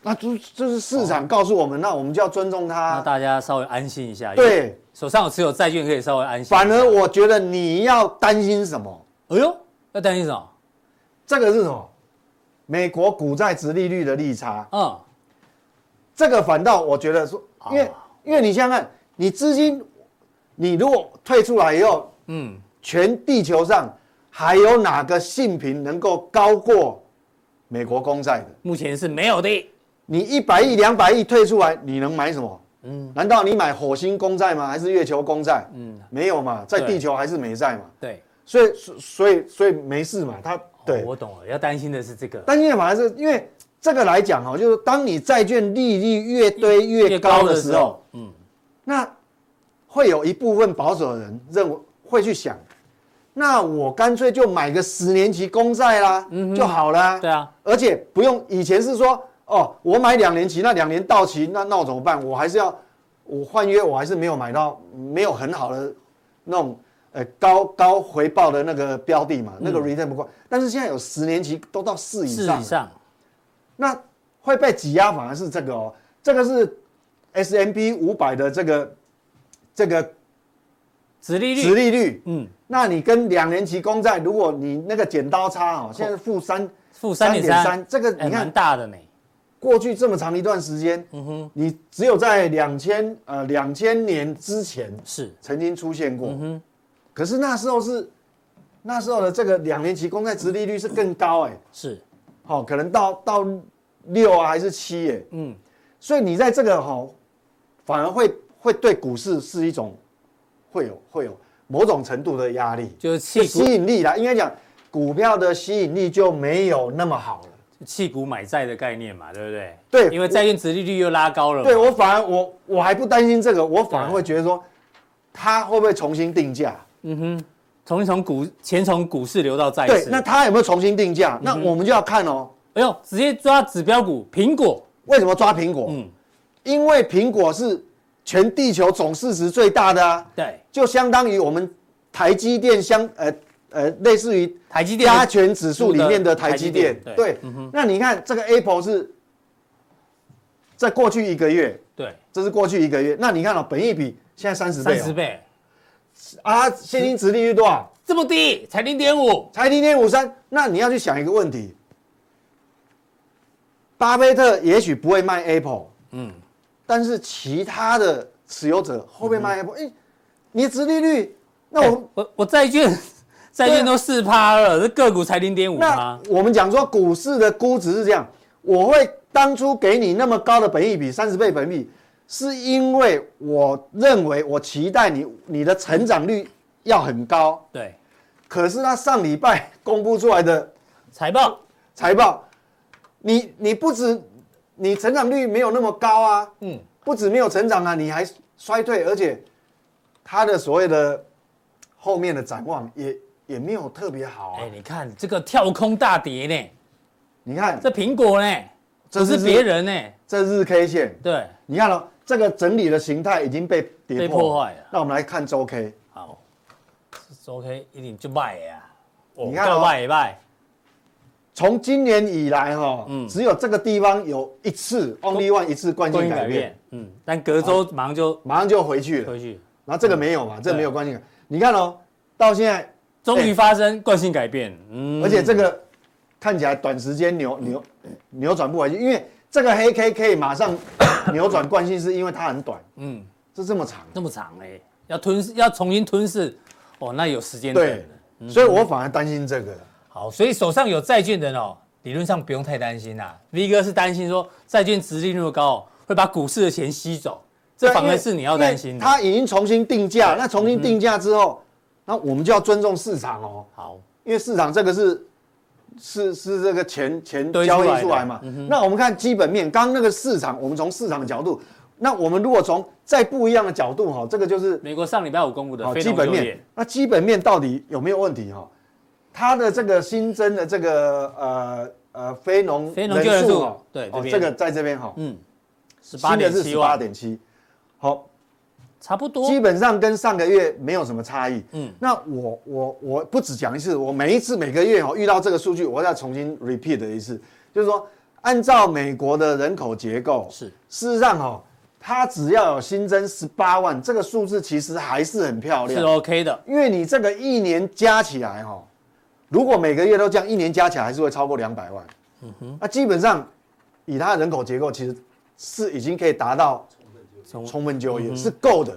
A: 那就就是市场告诉我们，那我们就要尊重
B: 那
A: 它。
B: 大家稍微安心一下，，
A: 对，
B: 手上有持有债券可以稍微安心一下，
A: 反而我觉得你要担心什么？
B: 哎呦，要担心什么？
A: 这个是什么？美国股债值利率的利差，
B: 嗯，
A: 这个反倒我觉得说，
B: 哦
A: 因为因为你想想看，你资金，你如果退出来以后，
B: 嗯，
A: 全地球上还有哪个信评能够高过美国公债的？
B: 目前是没有的，
A: 你一百亿、两百亿退出来，你能买什么？难道你买火星公债吗？还是月球公债？
B: 嗯
A: 没有嘛，在
B: 对
A: 地球还是美债嘛，
B: 对，
A: 所以所所以所以没事嘛，它对
B: 哦。我懂了，要担心的是这个，
A: 但现在反而是因为这个来讲哦，就是当你债券利率越堆越高的时候，，
B: 嗯，
A: 那会有一部分保守的人认为会去想，那我干脆就买个十年期公债啦，就好啦。
B: 对啊，
A: 而且不用以前是说哦，我买两年期，那两年到期，那那我怎么办？我还是要我换约，我还是没有买到没有很好的那种呃高高回报的那个标的嘛，那个 return 不够。但是现在有十年期都到四以
B: 四
A: 上，
B: 以上，
A: 那会被挤压反而是这个哦，这个是 S M B 五百的这个这个
B: 殖利
A: 殖利
B: 率，
A: 率。
B: 嗯，
A: 那你跟两年期公债，如果你那个剪刀差哦，现在是负三
B: 负三点三，
A: 这个
B: 哎，
A: 你看
B: 蛮嗯大的呢，
A: 过去这么长一段时间，你只有在两千呃两千年之前
B: 是，
A: 曾经出现
B: 嗯
A: 过，可是那时候是那时候的这个两年期公债殖利率是更高哎、
B: 是，
A: 好、可能到到六啊还是七哎、
B: 嗯，
A: 所以你在这个哈、反而会会对股市是一种会有会有某种程度的压力，
B: 就
A: 就
B: 是弃
A: 吸
B: 股
A: 引力啦，应该讲股票的吸引力就没有那么好了。
B: 弃股买债的概念嘛，对不对？
A: 对
B: 因为债券殖利率又拉高了嘛，
A: 对我反而我我还不担心这个，我反而
B: 对
A: 会觉得说，它会不会重新定价？
B: 重新从股钱从股市流到债
A: 对
B: 市，，
A: 那它有没有重新定价？
B: 嗯
A: 那我们就要看哦。
B: 哎呦，直接抓指标股苹果，
A: 为什么抓苹果？
B: 嗯，
A: 因为苹果是全地球总市值最大的啊，
B: 对，
A: 就相当于我们台积电相呃呃类似于
B: 台积电
A: 加权指数里面的台积电
B: 台积电。对嗯
A: 对，那你看这个 Apple 是在过去一个月，
B: 对
A: 这是过去一个月。那你看哦，本益比现在三十
B: 三
A: 倍
B: 十
A: 哦
B: 倍
A: 啊，现金值利率多少？
B: 这么低，才零点五，
A: 才零点五三，那你要去想一个问题：巴菲特也许不会卖 Apple，嗯，但是其他的持有者会不会卖
B: 嗯
A: Apple？哎、你的殖利率，那我、
B: 我我债券 债券都四趴了，这个股才零点五
A: 那
B: 趴，
A: 我们讲说股市的估值是这样，我会当初给你那么高的本益比，三十倍本益比，是因为我认为我期待你你的成长率要很高，
B: 对，
A: 可是他上礼拜公布出来的
B: 财报，
A: 财报，你你不止你成长率没有那么高啊，嗯，不止没有成长啊，你还衰退，而且它的所谓的后面的展望也也没有特别好啊。
B: 哎，你看这个跳空大跌呢，
A: 你看
B: 这苹果呢，
A: 这
B: 不是
A: 是
B: 别人呢，
A: 这日 K 线，
B: 对，
A: 你看了、这个整理的形态已经被跌破
B: 被破坏了
A: 那我们来看周 K，
B: 好是，OK，一定就卖呀，哦
A: 你看哦
B: 告卖也卖，
A: 从今年以来哈、
B: 嗯
A: 只有这个地方有一次 only one 一次惯性
B: 关于
A: 改
B: 改
A: 变哦
B: 变，，嗯，但隔周马上就
A: 马上就回去了。
B: 回去，
A: 然后这个没有嘛，这个
B: 对
A: 没有惯性改变。你看哦，到现在
B: 终于发生惯性改变，嗯，
A: 而且这个看起来短时间扭扭扭转不回去，因为这个黑 K 可以马 上扭转惯性，是因为它很短，
B: 嗯
A: 是这么长。
B: 那么长哎，要吞噬要重新吞噬，哦，那有时间等
A: 对
B: 的。，
A: 所以我反而担心这个。
B: 好，所以手上有债券的人哦，理论上不用太担心啦。V 哥是担心说债券值利率那么高、哦，会把股市的钱吸走，这反而是你要担心
A: 啊因为
B: 的。
A: 它已经重新定价，那重新定价之后，那我们就要尊重市场哦，
B: 好，
A: 因为市场这个是。是是这个钱钱
B: 堆出
A: 交
B: 来的嗯
A: 易出来嘛？那我们看基本面，刚刚那个市场，我们从市场的角度，那我们如果从再不一样的角度哈，这个就是
B: 美国上礼拜五公布的
A: 好，
B: 非
A: 基
B: 农
A: 本
B: 就
A: 面
B: 业，，
A: 那基本面到底有没有问题哈、它的这个新增的这个呃呃非农
B: 非农就业数
A: 哦
B: 对这
A: 哦，
B: 边
A: 这个在这边哈、
B: 嗯，十八
A: 新的
B: 点
A: 是
B: 七
A: 十八
B: 万，
A: 点七，好，
B: 差不多
A: 基。本上跟上个月没有什么差异。
B: 嗯
A: 嗯，那我我我不只讲一次，我每一次每个月哦遇到这个数据，我再重新 repeat 一次，就是说按照美国的人口结构，
B: 是
A: 事实上哦，它只要有新增十八万，这个数字其实还是很漂亮
B: 是。OK 的，
A: 因为你这个一年加起来哈、哦，如果每个月都这样，一年加起来还是会超过两百万。嗯哼，那基本上以它的人口结构，其实是已经可以达到
B: 从
A: 充分就业，嗯是够的。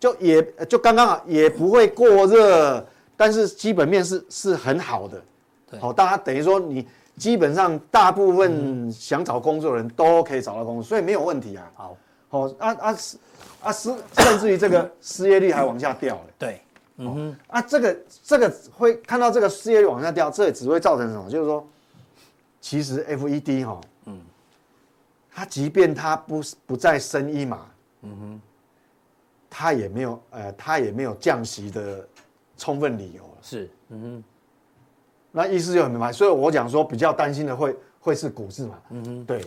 A: 就也就刚刚好，也不会过热，但是基本面是是很好的。
B: 对
A: 好、大家等于说你基本上大部分想找工作的人都可以找到工作，所以没有问题啊。
B: 好，
A: 好、啊啊失啊失，甚至于这个失业率还往下掉了。
B: 对，嗯哼，
A: 啊，这个这个会看到这个失业率往下掉，这也只会造成什么？就是说，其实 FED 哈，嗯，它即便它不不再升一码，嗯哼，它也没有呃，它也没有降息的充分理由了。
B: 是，嗯哼，
A: 那意思就很明白，所以我讲说比较担心的会会是股市嘛，嗯哼，对，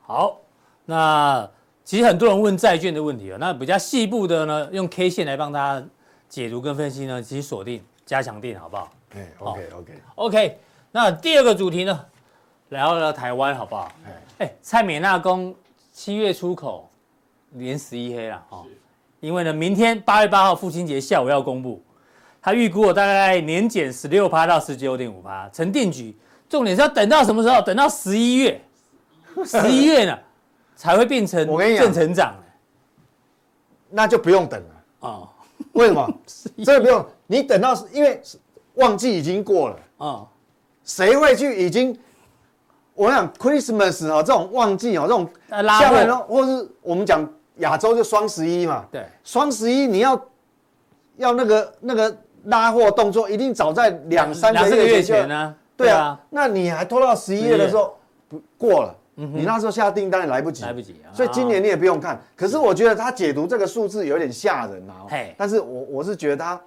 B: 好，那其实很多人问债券的问题哦，那比较细部的呢，用 K 线来帮大家解读跟分析呢，其实锁定加强定好不好？
A: 哎，OK OK，
B: OK，那第二个主题呢，聊聊台湾好不好？
A: 哎
B: 哎、蔡美纳公七月出口连十一黑了哦，因为呢，明天八月八号父亲节下午要公布，他预估我哦大概年减十六趴到十九点五趴，成定局。重点是要等到什么时候？等到十一 月，十一月呢才会变成
A: 我跟你讲
B: 正成长
A: 那就不用等了，
B: 哦
A: 为什 么？这个不用，你等到因为旺季已经过了。
B: 哦，
A: 谁会去已经？我想 Christmas 哦，这种旺季哦，这种
B: 那拉
A: 下半
B: 货
A: 呢，或是我们讲亚洲就双十一嘛，
B: 对，
A: 双十一你要要那个那个拉货动作，一定早在两三
B: 两
A: 个
B: 三个
A: 月
B: 月
A: 前
B: 前
A: 就
B: 呢、
A: 对啊，，那你还拖到十一月的时候不过了，你那时候下订单也来不及，
B: 嗯来不及啊
A: 所以今年你也不用看。可是我觉得他解读这个数字有点吓人啊
B: 嘿，
A: 但是我我是觉得他。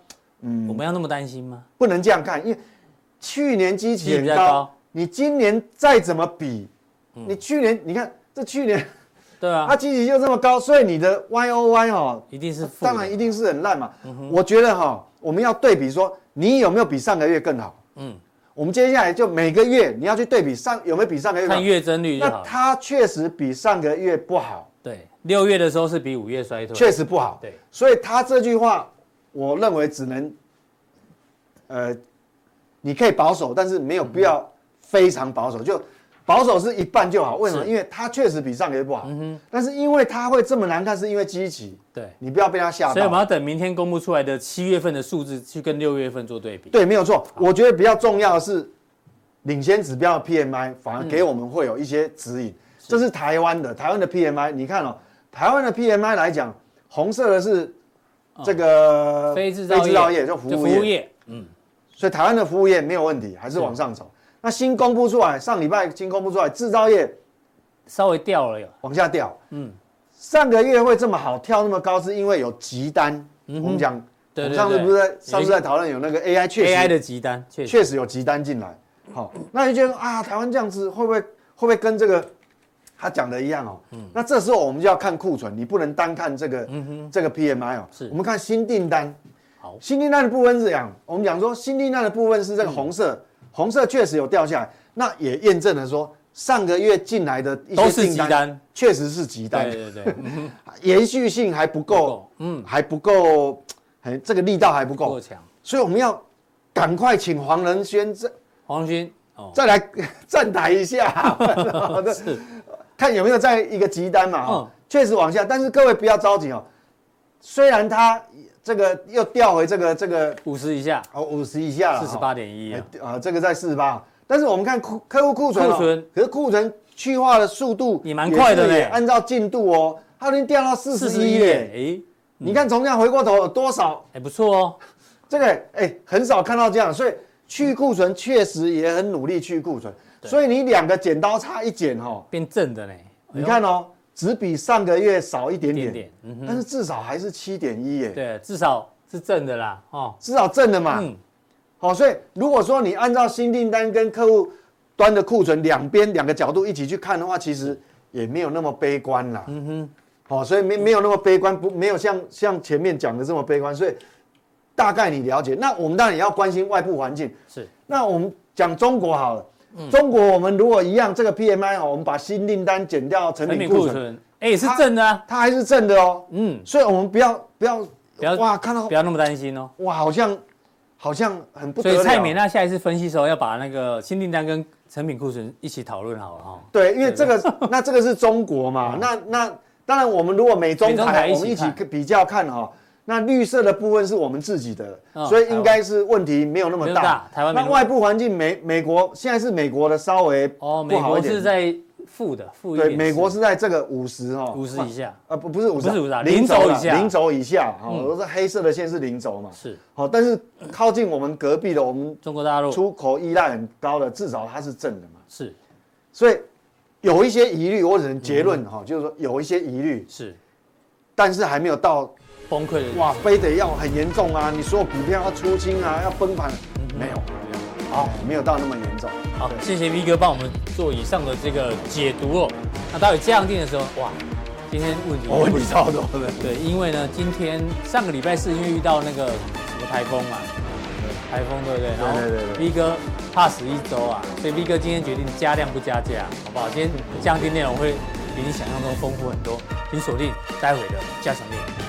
B: 我们要那么担心吗？
A: 不能这样看，因为去年基期
B: 基期
A: 很
B: 比较
A: 高，
B: 高
A: 你今年再怎么比，你去年你看这去年
B: 对啊，
A: 它基期就这么高，所以你的 Y O Y 哦，
B: 一定是负的嗯
A: 当然一定是很烂嘛。我觉得哈、我们要对比说你有没有比上个月更好。
B: 嗯
A: 嗯，我们接下来就每个月你要去对比上有没有比上个月更好
B: 看。月增率就
A: 那
B: 好了。
A: 它确实比上个月不好，
B: 对，六月的时候是比五月衰退，
A: 确实不好。
B: 对，
A: 所以他这句话，我认为只能，呃，你可以保守，但是没有必要非常保守，就保守是一半就好。为什么？
B: 嗯是嗯
A: 因为它确实比上个月不好，但是因为它会这么难看，是因为基期，
B: 对，
A: 你不要被它吓
B: 所以我们
A: 到。
B: 要等明天公布出来的七月份的数字去跟六月份做对比。
A: 对，没有错。我觉得比较重要的是，领先指标的 PMI 反而给我们会有一些指
B: 嗯
A: 引。这是台湾的，台湾的 PMI，你看哦，台湾的 PMI 来讲，红色的是这个
B: 嗯非制造业
A: 就服
B: 就
A: 务
B: 服务
A: 业。
B: 业，
A: 所以台湾的服务业没有问题，还是往上走。那新公布出来，上礼拜新公布出来，制造业
B: 稍微掉了有，
A: 往下掉。
B: 嗯，
A: 上个月会这么好跳那么高，是因为有急单。
B: 嗯哼
A: 我们讲，
B: 对
A: 我们
B: 对
A: 上次
B: 对
A: 不是在上
B: 有一
A: 次
B: 个
A: 在讨论有那个 AI 确实
B: AI 的急单确实
A: 确实有急单进来。好、那你就觉得啊，台湾这样子会不会会不会跟这个他讲的一样哦？
B: 嗯
A: 那这时候我们就要看库存，你不能单看这个、这个 PMI 哦，
B: 是
A: 我们看新订单。
B: 好嗯
A: 新订单的部分是讲，我们讲说新订单的部分是这个红色，红色确实有掉下来，那也验证了说上个月进来的一
B: 都
A: 些
B: 是
A: 订
B: 急单，
A: 确实是急单
B: 对，对对，嗯哼
A: 延续性还不
B: 不
A: 够
B: 够，嗯，
A: 还不够，哎，这个力道还不
B: 不够
A: 够，
B: 强。
A: 所以我们要赶快请黄仁轩这
B: 黄军哦，
A: 再来站台一下，好的
B: 是
A: 看有没有在一个急单嘛，哈
B: 嗯，
A: 确实往下，但是各位不要着急哦。虽然它这个又掉回这个这个
B: 五十以下，
A: 哦五十以下了，
B: 四十八点一
A: 哎
B: 啊，
A: 啊，这个在四十八，但是我们看库客户库存哦，
B: 库存
A: 可是库存去化的速度
B: 也蛮快的
A: 也是
B: 嘞
A: 也按照进度哦，它已经掉到四
B: 四
A: 十
B: 十
A: 一
B: 一耶，
A: 嘞，
B: 哎
A: 你看从这样回过头有多少？
B: 还不错哦，
A: 这个哎很少看到这样，所以去库存确实也很努力去库存，所以你两个剪刀差一剪哈、哦，
B: 变正的呢。
A: 你看哦，只比上个月少一点
B: 哎一
A: 点，
B: 点点，嗯
A: 但
B: 哼，
A: 是至少还是七点一耶，
B: 对，至少是正的啦，哦，
A: 至少正的嘛。
B: 嗯，
A: 好、所以如果说你按照新订单跟客户端的库存两边两个角度一起去看的话，其实也没有那么悲观啦。嗯哼，好、所以
B: 嗯
A: 没没有那么悲观，不没有像像前面讲的这么悲观，所以大概你了解。那我们当然也要关心外部环境。
B: 是
A: 那我们讲中国好了，
B: 嗯
A: 中国我们如果一样，这个 PMI 哦，我们把新订单减掉成
B: 成
A: 品
B: 品
A: 库
B: 库
A: 存，
B: 存，哎，是正的啊，
A: 它还是正的哦。
B: 嗯，
A: 所以我们不要不要
B: 不要
A: 哇，看到
B: 不要那么担心哦。
A: 哇，好像好像很不
B: 所
A: 得了。
B: 以蔡美娜下一次分析的时候，要把那个新订单跟成品库存一起讨论好了哈、哦。
A: 对，因为这个那这个是中国 嘛，那那当然我们如果美中
B: 嗯美中
A: 台
B: 台
A: 我们一
B: 一
A: 起
B: 起
A: 比较看哈、那绿色的部分是我们自己的，
B: 嗯
A: 所以应该是问题没有那么
B: 没有
A: 大
B: 大。台湾没
A: 那
B: 那么
A: 外部环境美美国现在是美国的稍微不
B: 哦，美
A: 好一
B: 国
A: 点，
B: 是在负的，负一点
A: 对
B: 四。
A: 美国是在这个五十哈
B: 五十以下，
A: 啊不不是五十
B: 不是50啊
A: 零
B: 零轴
A: 啦
B: 以下嗯
A: 零轴以下哈，我说黑色的线是零轴嘛，
B: 是
A: 好，但是靠近我们隔壁的我们
B: 中国大陆
A: 出口依赖很高的，至少它是正的嘛。
B: 是
A: 所以有一些疑虑，我只能结论
B: 嗯
A: 哈、就是说有一些疑虑，
B: 是
A: 但是还没有到
B: 崩溃的。
A: 哇，非得要很严重啊，你所有股票要出清啊，要崩盘，没有，好，没有到那么严重。
B: 嗯好
A: 对，
B: 谢谢 V 哥帮我们做以上的这个解读哦。那到底降定的时候，哇，今天哦问题
A: 我问你超多的，
B: 对，因为呢，今天上个礼拜四因为遇到那个什么台风嘛，台风对不对？然后
A: 对对对
B: V 哥怕死一周啊，所以 V 哥今天决定加量不加价，好不好？今天降低内容会比你想象中丰富很多，请锁定待会的加强力。